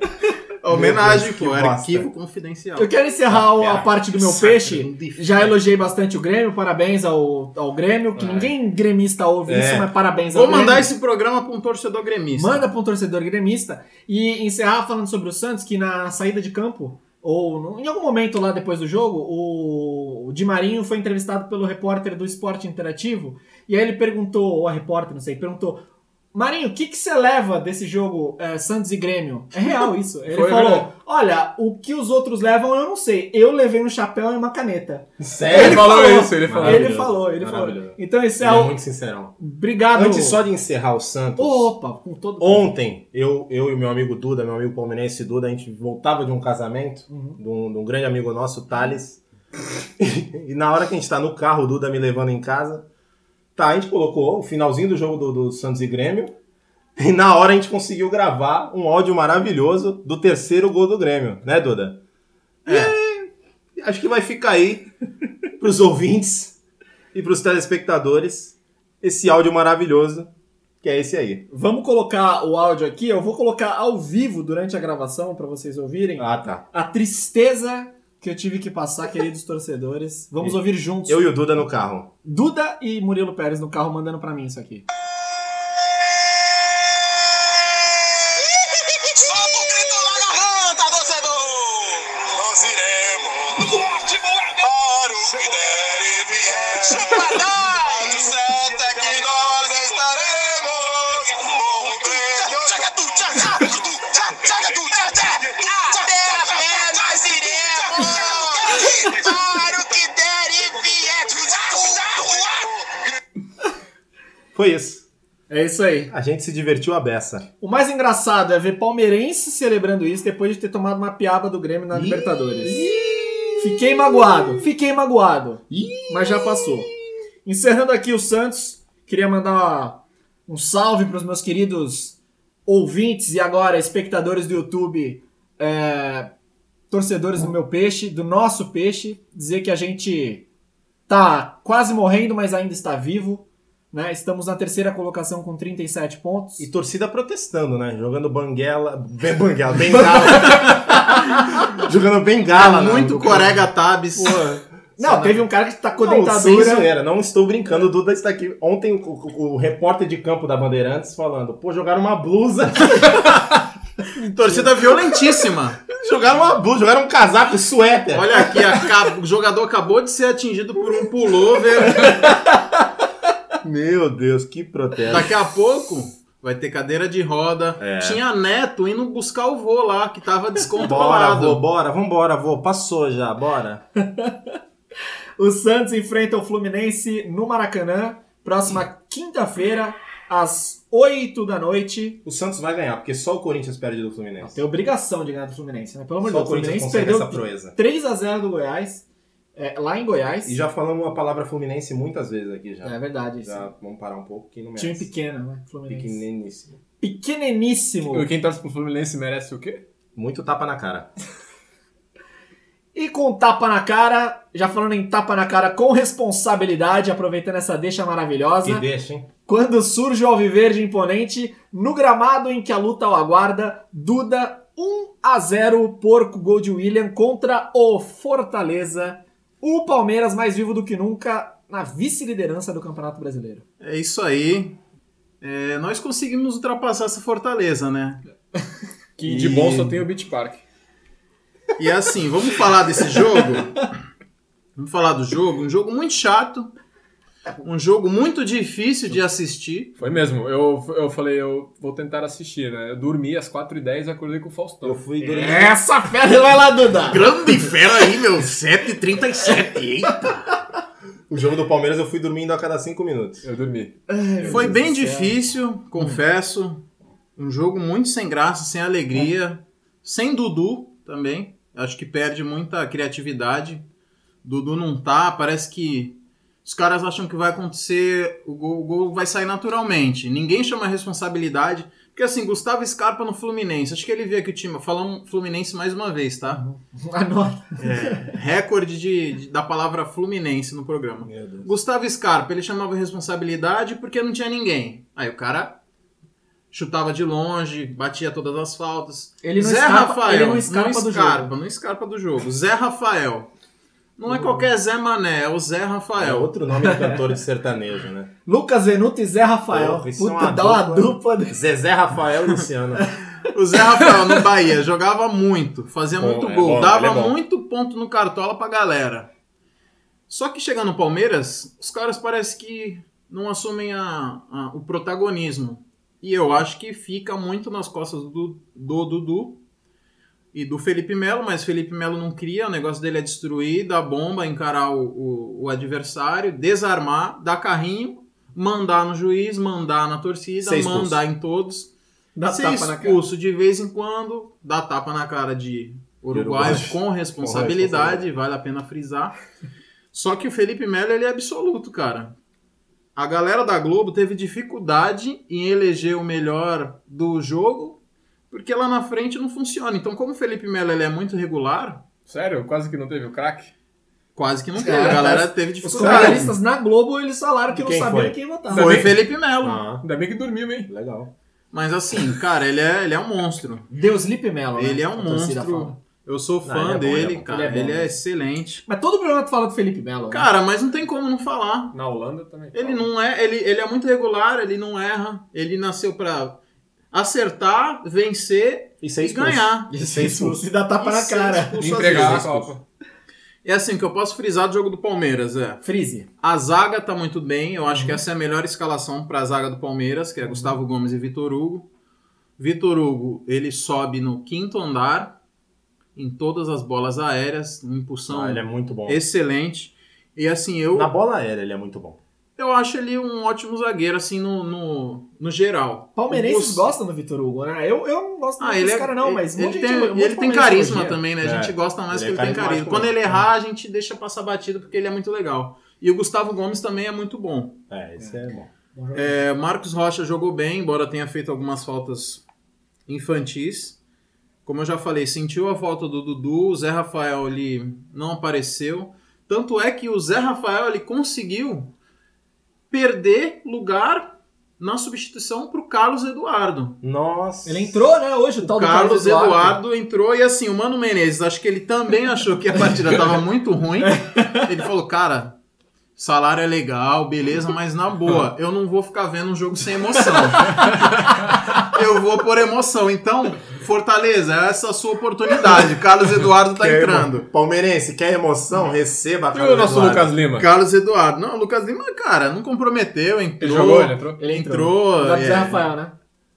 [SPEAKER 3] Homenagem,
[SPEAKER 4] Meu Deus, que
[SPEAKER 3] pô. Era
[SPEAKER 4] bosta.
[SPEAKER 3] arquivo confidencial.
[SPEAKER 1] Eu quero encerrar o- a
[SPEAKER 4] Pera,
[SPEAKER 1] parte do meu
[SPEAKER 4] então. saco, né?
[SPEAKER 1] peixe.
[SPEAKER 4] não define.
[SPEAKER 1] Já elogiei bastante o Grêmio, parabéns ao, ao Grêmio, que
[SPEAKER 2] É.
[SPEAKER 1] ninguém gremista ouve
[SPEAKER 4] É.
[SPEAKER 1] isso, mas parabéns ao
[SPEAKER 3] Vou mandar
[SPEAKER 1] Grêmio.
[SPEAKER 3] esse programa pra um torcedor gremista.
[SPEAKER 1] Manda para um torcedor gremista. E encerrar falando sobre o Santos, que na saída de campo, ou no- em algum momento lá depois do jogo, o, o Di Marinho foi entrevistado pelo repórter do Esporte Interativo. E aí ele perguntou, ou a repórter, não sei, perguntou: Marinho, o que que você leva desse jogo é, Santos e Grêmio? É real isso. Ele
[SPEAKER 2] Foi
[SPEAKER 1] falou:
[SPEAKER 2] verdade.
[SPEAKER 1] Olha, o que os outros levam eu não sei. Eu levei um chapéu e uma caneta.
[SPEAKER 4] Sério?
[SPEAKER 2] Ele falou isso, ele falou.
[SPEAKER 1] Ele falou, ele falou.
[SPEAKER 4] Maravilhoso.
[SPEAKER 1] Então esse é
[SPEAKER 4] Ele é
[SPEAKER 1] o.
[SPEAKER 4] muito sincerão.
[SPEAKER 1] Obrigado.
[SPEAKER 4] Antes só Um, de encerrar o Santos.
[SPEAKER 1] Opa, com todo.
[SPEAKER 4] Ontem, eu, eu e o meu amigo Duda, meu amigo palmeirense Duda, a gente voltava de um casamento
[SPEAKER 1] Uhum.
[SPEAKER 4] de, um, de um grande amigo nosso, Thales. e na hora que a gente tá no carro, o Duda me levando em casa, tá, a gente colocou o finalzinho do jogo do, do Santos e Grêmio. E na hora a gente conseguiu gravar um áudio maravilhoso do terceiro gol do Grêmio, né, Duda? É. E acho que vai ficar aí pros ouvintes e pros telespectadores esse áudio maravilhoso que é esse aí.
[SPEAKER 1] Vamos colocar o áudio aqui. Eu vou colocar ao vivo durante a gravação pra vocês ouvirem
[SPEAKER 4] Ah, tá.
[SPEAKER 1] a tristeza que eu tive que passar, queridos torcedores. Vamos ouvir juntos.
[SPEAKER 4] Eu e o Duda no carro.
[SPEAKER 1] Duda e Murilo Pérez no carro mandando pra mim isso aqui.
[SPEAKER 5] Solta o grito na garganta, torcedor! Nós iremos forte para o que der e vier. Chupadão! Certo é que nós estaremos com o grito. Tchaca tu, tchaca tu, tchaca tchaca tu, tchaca tchaca. Até a fé nós iremos para o que der e vier.
[SPEAKER 4] Foi isso.
[SPEAKER 1] É isso aí.
[SPEAKER 4] A gente se divertiu a beça.
[SPEAKER 1] O mais engraçado é ver palmeirense celebrando isso depois de ter tomado uma piaba do Grêmio na Libertadores. Fiquei magoado, fiquei magoado. Mas já passou. Encerrando aqui o Santos, queria mandar um salve para os meus queridos ouvintes e agora espectadores do YouTube, é, torcedores do meu peixe, do nosso peixe, dizer que a gente tá quase morrendo, mas ainda está vivo. Né? Estamos na terceira colocação com 37 pontos.
[SPEAKER 4] E torcida protestando, né? Jogando banguela. Bem banguela, bengala. Jogando bengala,
[SPEAKER 1] É
[SPEAKER 4] né?
[SPEAKER 3] Muito corega Tabs.
[SPEAKER 1] Não, teve um cara que tacou
[SPEAKER 4] Não, sem
[SPEAKER 1] dentadura.
[SPEAKER 4] zoeira, não estou brincando, o Duda está aqui. Ontem o, o- o repórter de campo da Bandeirantes falando, pô, jogaram uma blusa,
[SPEAKER 3] Torcida violentíssima.
[SPEAKER 4] jogaram uma blusa, jogaram um casaco, suéter.
[SPEAKER 3] Olha aqui, acab- o jogador acabou de ser atingido por um pullover.
[SPEAKER 4] Meu Deus, que
[SPEAKER 1] Tá
[SPEAKER 4] protesto.
[SPEAKER 3] Daqui a pouco vai ter cadeira de roda.
[SPEAKER 4] É.
[SPEAKER 3] Tinha neto indo buscar o vô lá, que tava
[SPEAKER 4] Bora, avô,
[SPEAKER 3] descontrolado.
[SPEAKER 4] bora, vambora, avô, passou já, bora. é.
[SPEAKER 1] O Santos enfrenta o Fluminense no Maracanã, próxima quinta-feira, às 8 da noite.
[SPEAKER 4] O Santos vai ganhar, porque só o Corinthians perde do Fluminense.
[SPEAKER 1] Tem obrigação de ganhar do Fluminense, né? Pelo amor de
[SPEAKER 4] Só o
[SPEAKER 1] Deus, o
[SPEAKER 4] Corinthians
[SPEAKER 1] Fluminense
[SPEAKER 4] consegue
[SPEAKER 1] perdeu
[SPEAKER 4] essa proeza.
[SPEAKER 1] 3 a 0 do Goiás, é, lá em Goiás.
[SPEAKER 4] E já falamos a palavra Fluminense muitas vezes aqui já.
[SPEAKER 1] É verdade. isso.
[SPEAKER 4] já vamos parar um pouco que não merece.
[SPEAKER 1] Time pequeno, né? Fluminense.
[SPEAKER 4] Pequeniníssimo.
[SPEAKER 1] Pequeniníssimo.
[SPEAKER 2] Quem torce pro Fluminense merece o quê?
[SPEAKER 4] Muito tapa na cara.
[SPEAKER 1] E com um tapa na cara, já falando em tapa na cara com responsabilidade, aproveitando essa deixa maravilhosa.
[SPEAKER 4] Que deixa, hein?
[SPEAKER 1] Quando surge o Alviverde imponente, no gramado em que a luta o aguarda, Duda 1 a 0 porco gol de William contra o Fortaleza. O Palmeiras mais vivo do que nunca na vice-liderança do Campeonato Brasileiro.
[SPEAKER 3] É isso aí. É, nós conseguimos ultrapassar essa fortaleza, né?
[SPEAKER 2] Que de bom só tem o Beach Park.
[SPEAKER 3] E assim, vamos falar desse jogo? Vamos falar do jogo? Um jogo muito chato. Um jogo muito difícil de assistir.
[SPEAKER 2] Foi mesmo. Eu, eu falei, eu vou tentar assistir, né? Eu dormi às 4h10 e acordei com o Faustão.
[SPEAKER 4] Eu
[SPEAKER 1] É.
[SPEAKER 4] fui dormir.
[SPEAKER 1] Essa fera vai lá, Duda!
[SPEAKER 3] Grande fera aí, meu. 7h37, eita.
[SPEAKER 4] O jogo do Palmeiras eu fui dormindo a cada cinco minutos.
[SPEAKER 2] Eu dormi.
[SPEAKER 3] Foi
[SPEAKER 1] Deus
[SPEAKER 3] bem
[SPEAKER 1] do céu.
[SPEAKER 3] difícil, confesso. Um jogo muito sem graça, sem alegria. Sem Dudu também. Acho que perde muita criatividade. Dudu não tá, parece que os caras acham que vai acontecer, o gol, o gol vai sair naturalmente. Ninguém chama a responsabilidade. Porque assim, Gustavo Scarpa no Fluminense. Acho que ele via que o time. Falando Fluminense mais uma vez, tá?
[SPEAKER 1] Anota.
[SPEAKER 3] Recorde de- de- da palavra Fluminense no programa.
[SPEAKER 4] Meu Deus.
[SPEAKER 3] Gustavo Scarpa, ele chamava responsabilidade porque não tinha ninguém. Aí o cara chutava de longe, batia todas as faltas.
[SPEAKER 1] Ele não
[SPEAKER 3] Zé
[SPEAKER 1] escapa-
[SPEAKER 3] Rafael,
[SPEAKER 1] ele não escapa do
[SPEAKER 3] escarpa, não escarpa do jogo. Zé Rafael. Não é qualquer Zé Mané, é o Zé
[SPEAKER 4] É
[SPEAKER 3] Rafael.
[SPEAKER 4] outro nome de cantor de sertanejo, né?
[SPEAKER 1] Lucas Venuto e Zé Rafael.
[SPEAKER 4] Porra, isso é
[SPEAKER 1] Puta,
[SPEAKER 4] uma
[SPEAKER 1] dá uma dupla.
[SPEAKER 4] dupla. Zezé Rafael e Luciano.
[SPEAKER 3] O Zé Rafael no Bahia jogava muito, fazia
[SPEAKER 4] Bom,
[SPEAKER 3] muito
[SPEAKER 4] é
[SPEAKER 3] gol,
[SPEAKER 4] bom,
[SPEAKER 3] dava
[SPEAKER 4] ele é bom.
[SPEAKER 3] muito ponto no cartola pra galera. Só que chegando no Palmeiras, os caras parece que não assumem a- a- o protagonismo. E eu acho que fica muito nas costas do, do Dudu e do Felipe Melo, mas Felipe Melo não cria, o negócio dele é destruir, dar bomba, encarar o, o, o adversário, desarmar, dar carrinho, mandar no juiz, mandar na torcida,
[SPEAKER 4] Ser expulso.
[SPEAKER 3] mandar em todos
[SPEAKER 1] Dá
[SPEAKER 3] ser
[SPEAKER 1] tapa na cara.
[SPEAKER 3] expulso de vez em quando, dá tapa na cara de Uruguai,
[SPEAKER 4] Uruguai.
[SPEAKER 3] com responsabilidade, vale a pena frisar. Só que o Felipe Melo ele é absoluto, cara. A galera da Globo teve dificuldade em eleger o melhor do jogo, porque lá na frente não funciona. Então, como o Felipe Melo ele é muito regular,
[SPEAKER 2] Sério? Quase que não teve o craque?
[SPEAKER 3] quase que não teve.
[SPEAKER 1] Cara,
[SPEAKER 3] a galera teve
[SPEAKER 1] Os
[SPEAKER 3] dificuldade.
[SPEAKER 1] comentaristas na Globo, eles falaram que não
[SPEAKER 4] Quem
[SPEAKER 1] sabiam
[SPEAKER 4] foi?
[SPEAKER 1] quem votar.
[SPEAKER 3] Foi
[SPEAKER 2] também.
[SPEAKER 3] Felipe Melo.
[SPEAKER 4] Ah,
[SPEAKER 2] Ainda bem que dormiu, hein?
[SPEAKER 4] legal.
[SPEAKER 3] Mas assim, cara, ele é, ele é um monstro.
[SPEAKER 1] Deus Lipe Melo, né?
[SPEAKER 3] Ele é
[SPEAKER 1] A
[SPEAKER 3] um
[SPEAKER 1] torcida
[SPEAKER 3] monstro.
[SPEAKER 1] fala.
[SPEAKER 3] Eu sou
[SPEAKER 4] Não,
[SPEAKER 3] fã
[SPEAKER 4] ele é bom,
[SPEAKER 3] dele,
[SPEAKER 4] ele é bom.
[SPEAKER 3] cara.
[SPEAKER 1] Ele
[SPEAKER 3] Ele
[SPEAKER 1] é
[SPEAKER 3] é,
[SPEAKER 1] bom, né?
[SPEAKER 3] excelente.
[SPEAKER 1] Mas todo programa tu fala do Felipe Melo, né?
[SPEAKER 3] Cara, mas não tem como não falar.
[SPEAKER 2] Na Holanda também.
[SPEAKER 3] Ele não é, ele, ele é muito regular, ele não erra. Ele nasceu pra acertar, vencer
[SPEAKER 4] E ser
[SPEAKER 3] e
[SPEAKER 4] expulso.
[SPEAKER 3] ganhar.
[SPEAKER 4] E ser expulso.
[SPEAKER 1] Se dá tapa na
[SPEAKER 3] E ser
[SPEAKER 1] cara.
[SPEAKER 3] expulso às
[SPEAKER 2] Entregar a
[SPEAKER 3] vezes.
[SPEAKER 2] Copa.
[SPEAKER 3] É assim, o que eu posso frisar do jogo do Palmeiras é.
[SPEAKER 1] Freeze.
[SPEAKER 3] A zaga tá muito bem, eu acho
[SPEAKER 4] Uhum.
[SPEAKER 3] que essa é a melhor escalação pra zaga do Palmeiras, que é Gustavo Gomes e Vitor Hugo. Vitor Hugo, ele sobe no quinto andar em todas as bolas aéreas, uma impulsão
[SPEAKER 4] Ah, ele é muito bom.
[SPEAKER 3] excelente. E assim, eu,
[SPEAKER 4] Na bola aérea ele é muito bom.
[SPEAKER 3] eu acho ele um ótimo zagueiro, assim, no, no, no geral.
[SPEAKER 1] Palmeirenses
[SPEAKER 3] O Gus-
[SPEAKER 1] gostam do Vitor Hugo, né? Eu, eu não gosto
[SPEAKER 3] Ah,
[SPEAKER 1] muito
[SPEAKER 3] ele
[SPEAKER 1] desse
[SPEAKER 3] é,
[SPEAKER 1] cara, não, mas
[SPEAKER 3] ele,
[SPEAKER 1] muita
[SPEAKER 3] tem,
[SPEAKER 1] gente- um
[SPEAKER 3] ele
[SPEAKER 1] muito
[SPEAKER 3] tem
[SPEAKER 1] palmeirense
[SPEAKER 3] carisma
[SPEAKER 1] elogia.
[SPEAKER 3] também, né? A
[SPEAKER 4] É.
[SPEAKER 3] gente gosta mais
[SPEAKER 4] Ele
[SPEAKER 3] que
[SPEAKER 4] é
[SPEAKER 3] ele tem
[SPEAKER 4] carismático
[SPEAKER 3] carisma. Quando
[SPEAKER 4] mesmo.
[SPEAKER 3] ele errar, a gente deixa passar batido, porque ele é muito legal. E o Gustavo Gomes também é muito bom.
[SPEAKER 4] É, esse é bom.
[SPEAKER 1] Bom jogador.
[SPEAKER 3] É, Marcos Rocha jogou bem, embora tenha feito algumas faltas infantis. Como eu já falei, sentiu a falta do Dudu, o Zé Rafael ele não apareceu. Tanto é que o Zé Rafael ele conseguiu perder lugar na substituição para o Carlos Eduardo.
[SPEAKER 4] Nossa.
[SPEAKER 1] Ele entrou, né, hoje, o tal
[SPEAKER 3] O
[SPEAKER 1] do
[SPEAKER 3] Carlos Eduardo entrou e assim, o Mano Menezes, acho que ele também achou que a partida estava muito ruim. Ele falou, cara, salário é legal, beleza, mas na boa, eu não vou ficar vendo um jogo sem emoção. Eu vou por emoção. Então, Fortaleza, essa é a sua oportunidade. Carlos Eduardo tá
[SPEAKER 4] Quer emo-
[SPEAKER 3] entrando.
[SPEAKER 4] Palmeirense, quer emoção? Receba a
[SPEAKER 2] E
[SPEAKER 4] cara
[SPEAKER 2] o
[SPEAKER 4] do
[SPEAKER 2] nosso
[SPEAKER 4] Eduardo.
[SPEAKER 2] Lucas Lima?
[SPEAKER 3] Carlos Eduardo. Não, o Lucas Lima, cara, não comprometeu, entrou.
[SPEAKER 2] Ele jogou? né? Ele entrou?
[SPEAKER 1] Ele
[SPEAKER 3] entrou.
[SPEAKER 1] entrou. Da do Zé
[SPEAKER 3] é.
[SPEAKER 1] Rafael, né?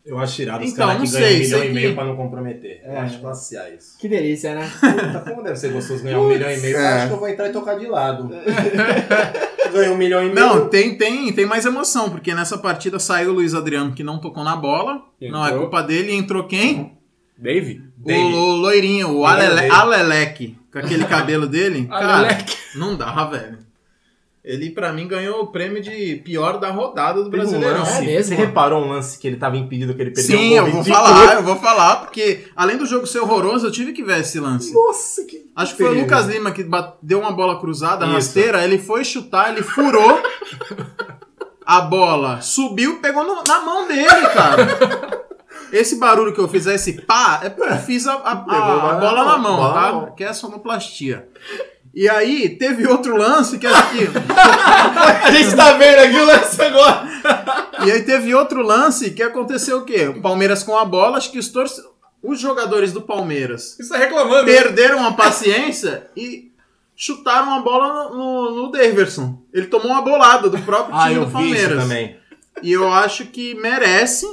[SPEAKER 4] Eu acho irado os
[SPEAKER 3] Então,
[SPEAKER 4] caras que
[SPEAKER 3] não
[SPEAKER 4] ganham um
[SPEAKER 3] sei,
[SPEAKER 4] milhão
[SPEAKER 3] sei
[SPEAKER 4] e meio
[SPEAKER 3] que-
[SPEAKER 4] pra não comprometer. Eu acho classe A isso.
[SPEAKER 1] Que delícia, né?
[SPEAKER 4] Puta, É. Tá, como deve ser gostoso ganhar um milhão e meio?
[SPEAKER 3] É.
[SPEAKER 4] Eu acho que eu vou entrar e tocar de lado. Ganhou um milhão e meio.
[SPEAKER 3] Não, tem, tem, tem mais emoção, porque nessa partida saiu o Luiz Adriano, que não tocou na bola.
[SPEAKER 2] E
[SPEAKER 3] Não é
[SPEAKER 2] entrou?
[SPEAKER 3] culpa dele. E entrou quem?
[SPEAKER 2] Dave?
[SPEAKER 3] O,
[SPEAKER 4] David.
[SPEAKER 3] o loirinho, o
[SPEAKER 4] Loirinho
[SPEAKER 3] Alele,
[SPEAKER 4] dele.
[SPEAKER 3] Aleleque. Com aquele cabelo dele. cara,
[SPEAKER 2] Aleleque.
[SPEAKER 3] não dá, velho. Ele, pra mim, ganhou o prêmio de pior da rodada do
[SPEAKER 4] Teve um
[SPEAKER 3] Brasileirão.
[SPEAKER 4] lance.
[SPEAKER 1] É mesmo?
[SPEAKER 4] Você reparou um lance que ele tava impedido, que ele perdeu
[SPEAKER 3] Sim,
[SPEAKER 4] um gol
[SPEAKER 3] eu vou
[SPEAKER 4] ridículo?
[SPEAKER 3] falar, eu vou falar, porque além do jogo ser horroroso, eu tive que ver esse lance.
[SPEAKER 4] Nossa, que...
[SPEAKER 3] Acho que foi o
[SPEAKER 4] Terrível.
[SPEAKER 3] Lucas Lima que bate- deu uma bola cruzada,
[SPEAKER 4] Isso.
[SPEAKER 3] rasteira, ele foi chutar, ele furou a bola, subiu, pegou no- na mão dele, cara. Esse barulho que eu fiz, esse pá, é porque eu fiz a, a- a-
[SPEAKER 4] Pegou
[SPEAKER 3] a
[SPEAKER 4] na
[SPEAKER 3] bola na mão,
[SPEAKER 4] mão, bola na
[SPEAKER 3] tá?
[SPEAKER 4] mão.
[SPEAKER 3] Que é sonoplastia. E aí, teve outro lance que acho que.
[SPEAKER 1] A gente tá vendo aqui o lance agora.
[SPEAKER 3] E aí teve outro lance que aconteceu o quê? O Palmeiras com a bola, acho que os, torce- os jogadores do Palmeiras
[SPEAKER 2] Isso tá reclamando. né?
[SPEAKER 3] perderam a paciência e chutaram a bola no, no, no Daverson. Ele tomou uma bolada do próprio
[SPEAKER 4] Ah,
[SPEAKER 3] time
[SPEAKER 4] eu
[SPEAKER 3] do
[SPEAKER 4] vi
[SPEAKER 3] Palmeiras.
[SPEAKER 4] isso também.
[SPEAKER 3] E eu acho que merece.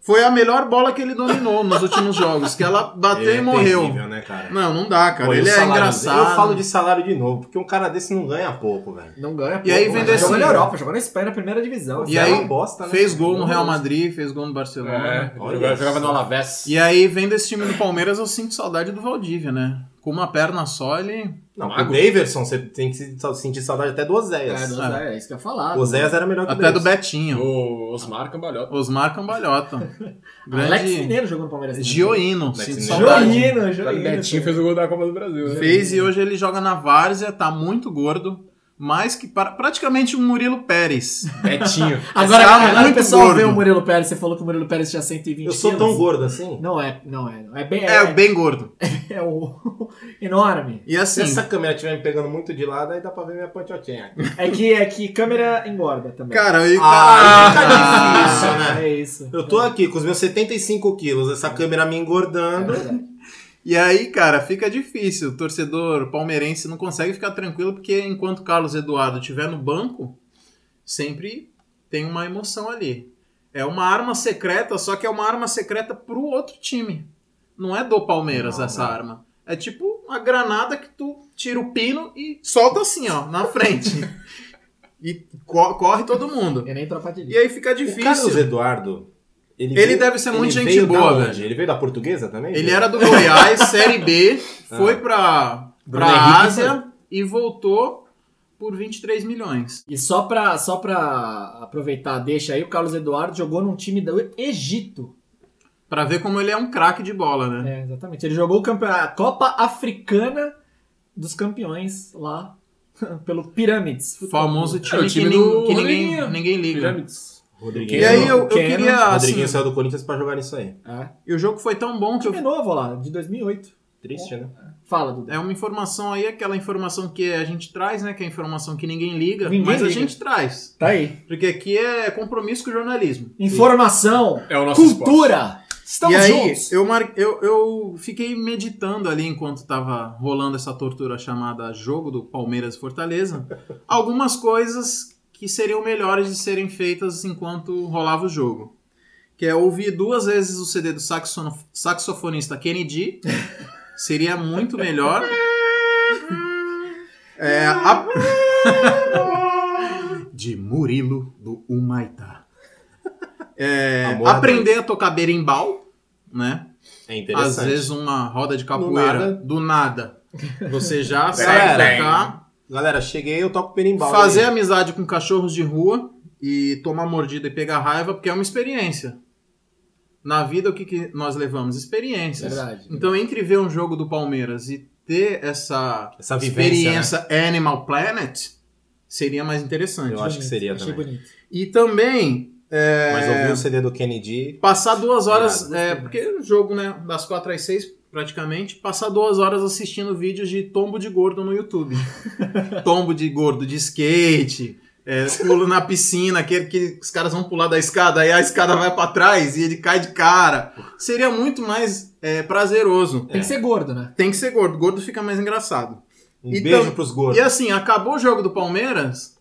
[SPEAKER 3] Foi a melhor bola que ele dominou nos últimos jogos, que ela bateu
[SPEAKER 4] Ele
[SPEAKER 3] e
[SPEAKER 4] é
[SPEAKER 3] morreu.
[SPEAKER 4] terrível, né, cara?
[SPEAKER 3] Não, não dá, cara.
[SPEAKER 4] Pô, e o
[SPEAKER 3] ele é
[SPEAKER 4] salário dele?
[SPEAKER 3] engraçado.
[SPEAKER 4] Eu falo de salário de novo, porque um cara desse não ganha pouco, velho.
[SPEAKER 1] Não ganha,
[SPEAKER 3] E aí
[SPEAKER 1] pô,
[SPEAKER 3] vem
[SPEAKER 1] mas Jogou
[SPEAKER 3] desse-
[SPEAKER 1] na Europa, jogou na Espanha na primeira divisão.
[SPEAKER 3] E
[SPEAKER 4] É
[SPEAKER 3] aí,
[SPEAKER 4] uma bosta, né?
[SPEAKER 3] Fez gol no Real Madrid, fez gol no Barcelona.
[SPEAKER 2] É,
[SPEAKER 4] Olha
[SPEAKER 2] jogava,
[SPEAKER 4] isso.
[SPEAKER 2] jogava no Alavés.
[SPEAKER 3] E aí, vendo esse time do Palmeiras, eu sinto saudade do Valdívia, né? Com uma perna só, ele.
[SPEAKER 4] Não,
[SPEAKER 2] Mago.
[SPEAKER 4] o Daverson, você tem que se- sentir saudade até do
[SPEAKER 1] É, do
[SPEAKER 4] Oséias.
[SPEAKER 3] ah.
[SPEAKER 1] Zé, é isso que eu ia falar.
[SPEAKER 4] o Oséias era melhor que o
[SPEAKER 3] Até do
[SPEAKER 4] Daverson.
[SPEAKER 3] Betinho.
[SPEAKER 2] O Osmar Cambalhota.
[SPEAKER 3] Osmar Cambalhota.
[SPEAKER 1] Alex
[SPEAKER 3] é Grande
[SPEAKER 1] Mineiro jogou no Palmeiras. também.
[SPEAKER 3] Gioino.
[SPEAKER 4] Alex
[SPEAKER 3] Sinto
[SPEAKER 4] Mineiro.
[SPEAKER 3] saudade.
[SPEAKER 1] Joinho,
[SPEAKER 2] O
[SPEAKER 1] Joinho.
[SPEAKER 2] Betinho
[SPEAKER 1] cara.
[SPEAKER 2] fez o gol da Copa do Brasil. né?
[SPEAKER 3] Fez e hoje ele joga na Várzea, tá muito gordo. Mais que pra- praticamente um Murilo Pérez.
[SPEAKER 2] Betinho.
[SPEAKER 1] Agora,
[SPEAKER 3] Esse cara é
[SPEAKER 1] agora
[SPEAKER 3] muito
[SPEAKER 1] o pessoal
[SPEAKER 3] gordo.
[SPEAKER 1] vê o Murilo Pérez. Você falou que o Murilo Pérez tinha 120
[SPEAKER 4] Eu sou tão
[SPEAKER 1] quilos.
[SPEAKER 4] gordo assim?
[SPEAKER 1] Não é, não é. não É bem.
[SPEAKER 3] É,
[SPEAKER 1] É,
[SPEAKER 3] bem gordo.
[SPEAKER 1] é o- enorme.
[SPEAKER 3] E
[SPEAKER 4] Se
[SPEAKER 3] assim,
[SPEAKER 4] essa câmera estiver me pegando muito de lado, aí dá pra ver minha panchotinha.
[SPEAKER 1] É que, é que câmera engorda também.
[SPEAKER 3] cara, eu...
[SPEAKER 4] Ah, fica
[SPEAKER 3] Ah,
[SPEAKER 4] difícil, né?
[SPEAKER 1] É isso.
[SPEAKER 4] Eu tô aqui com os meus 75 quilos, essa câmera me
[SPEAKER 1] É
[SPEAKER 4] engordando.
[SPEAKER 1] verdade.
[SPEAKER 3] E aí, cara, fica difícil. O torcedor palmeirense não consegue ficar tranquilo porque enquanto Carlos Eduardo estiver no banco, sempre tem uma emoção ali. É uma arma secreta, só que é uma arma secreta pro outro time. Não é do Palmeiras essa arma. É tipo uma granada que tu tira o pino e solta assim, ó, na frente. e co- corre todo mundo.
[SPEAKER 1] É nem tropa de
[SPEAKER 3] E aí fica
[SPEAKER 4] O
[SPEAKER 3] difícil.
[SPEAKER 4] Carlos Eduardo.
[SPEAKER 3] Ele deve ser muito gente
[SPEAKER 4] veio da
[SPEAKER 3] boa,
[SPEAKER 4] onde?
[SPEAKER 3] velho.
[SPEAKER 4] Ele veio da portuguesa também?
[SPEAKER 3] Ele era do Goiás, Série B, foi pra,
[SPEAKER 2] Ah. Bruno
[SPEAKER 3] pra
[SPEAKER 2] Henrique
[SPEAKER 3] Ásia e voltou por 23 milhões.
[SPEAKER 1] E só pra, só pra aproveitar, deixa aí, o Carlos Eduardo jogou num time do Egito.
[SPEAKER 3] Pra ver como ele é um craque de bola, né?
[SPEAKER 1] É, exatamente. Ele jogou o campe- a Copa Africana dos Campeões lá pelo Pirâmides.
[SPEAKER 3] O famoso time,
[SPEAKER 2] É, o time
[SPEAKER 3] que, nin-
[SPEAKER 2] do
[SPEAKER 3] que ninguém,
[SPEAKER 2] Rodriguinho.
[SPEAKER 3] ninguém liga.
[SPEAKER 2] Pirâmides.
[SPEAKER 4] Rodriguinho.
[SPEAKER 3] E aí eu, eu
[SPEAKER 1] Quem era?
[SPEAKER 3] queria, assim,
[SPEAKER 4] Rodriguinho saiu do Corinthians pra jogar nisso aí.
[SPEAKER 1] É. Um
[SPEAKER 3] e o jogo foi tão bom que eu
[SPEAKER 1] Time novo lá, de 2008.
[SPEAKER 4] Triste, né?
[SPEAKER 1] Fala, Dudu.
[SPEAKER 3] é uma informação aí, aquela informação que a gente traz, né? Que é a informação que ninguém liga,
[SPEAKER 1] Ninguém
[SPEAKER 3] mas a
[SPEAKER 1] liga.
[SPEAKER 3] gente traz.
[SPEAKER 1] Tá aí.
[SPEAKER 3] Porque aqui é compromisso com o jornalismo.
[SPEAKER 1] Informação,
[SPEAKER 2] É o nosso
[SPEAKER 1] cultura. Estamos
[SPEAKER 3] e aí,
[SPEAKER 1] juntos.
[SPEAKER 3] Eu, mar... eu, eu fiquei meditando ali enquanto tava rolando essa tortura chamada Jogo do Palmeiras e Fortaleza. algumas coisas que seriam melhores de serem feitas enquanto rolava o jogo. Que é ouvir duas vezes o CD do saxono- saxofonista Kennedy. Seria muito melhor. É, a- De Murilo do Humaitá. É,
[SPEAKER 4] Amor a
[SPEAKER 3] aprender a tocar berimbau, né?
[SPEAKER 4] É
[SPEAKER 3] Às
[SPEAKER 4] interessante.
[SPEAKER 3] vezes uma roda de capoeira do nada. Você já
[SPEAKER 4] É,
[SPEAKER 3] sai pra
[SPEAKER 2] tem.
[SPEAKER 3] cá,
[SPEAKER 4] Galera, cheguei, eu toco perimbau.
[SPEAKER 3] fazer
[SPEAKER 4] aí.
[SPEAKER 3] amizade com cachorros de rua e tomar mordida e pegar raiva, porque é uma experiência. Na vida, o que, que nós levamos? Experiências.
[SPEAKER 1] Verdade.
[SPEAKER 3] Então, entre ver um jogo do Palmeiras e ter essa,
[SPEAKER 4] Essa vivência, né?
[SPEAKER 3] experiência Animal Planet, seria mais interessante.
[SPEAKER 4] Eu acho que seria
[SPEAKER 1] Achei
[SPEAKER 4] também.
[SPEAKER 1] bonito.
[SPEAKER 3] E também é.
[SPEAKER 4] Mas ouvir o CD do Kennedy...
[SPEAKER 3] Passar duas horas,
[SPEAKER 4] Irado.
[SPEAKER 3] é, porque o jogo, né, das quatro às seis, praticamente, passar duas horas assistindo vídeos de tombo de gordo no YouTube. tombo de gordo de skate, é, pulo na piscina, aquele que os caras vão pular da escada, aí a escada vai pra trás e ele cai de cara. Seria muito mais é, prazeroso.
[SPEAKER 1] Tem que ser gordo, né?
[SPEAKER 3] Tem que ser gordo, gordo fica mais engraçado.
[SPEAKER 4] Um
[SPEAKER 3] Então,
[SPEAKER 4] beijo pros
[SPEAKER 3] E
[SPEAKER 4] gordos.
[SPEAKER 3] assim, acabou o jogo do Palmeiras,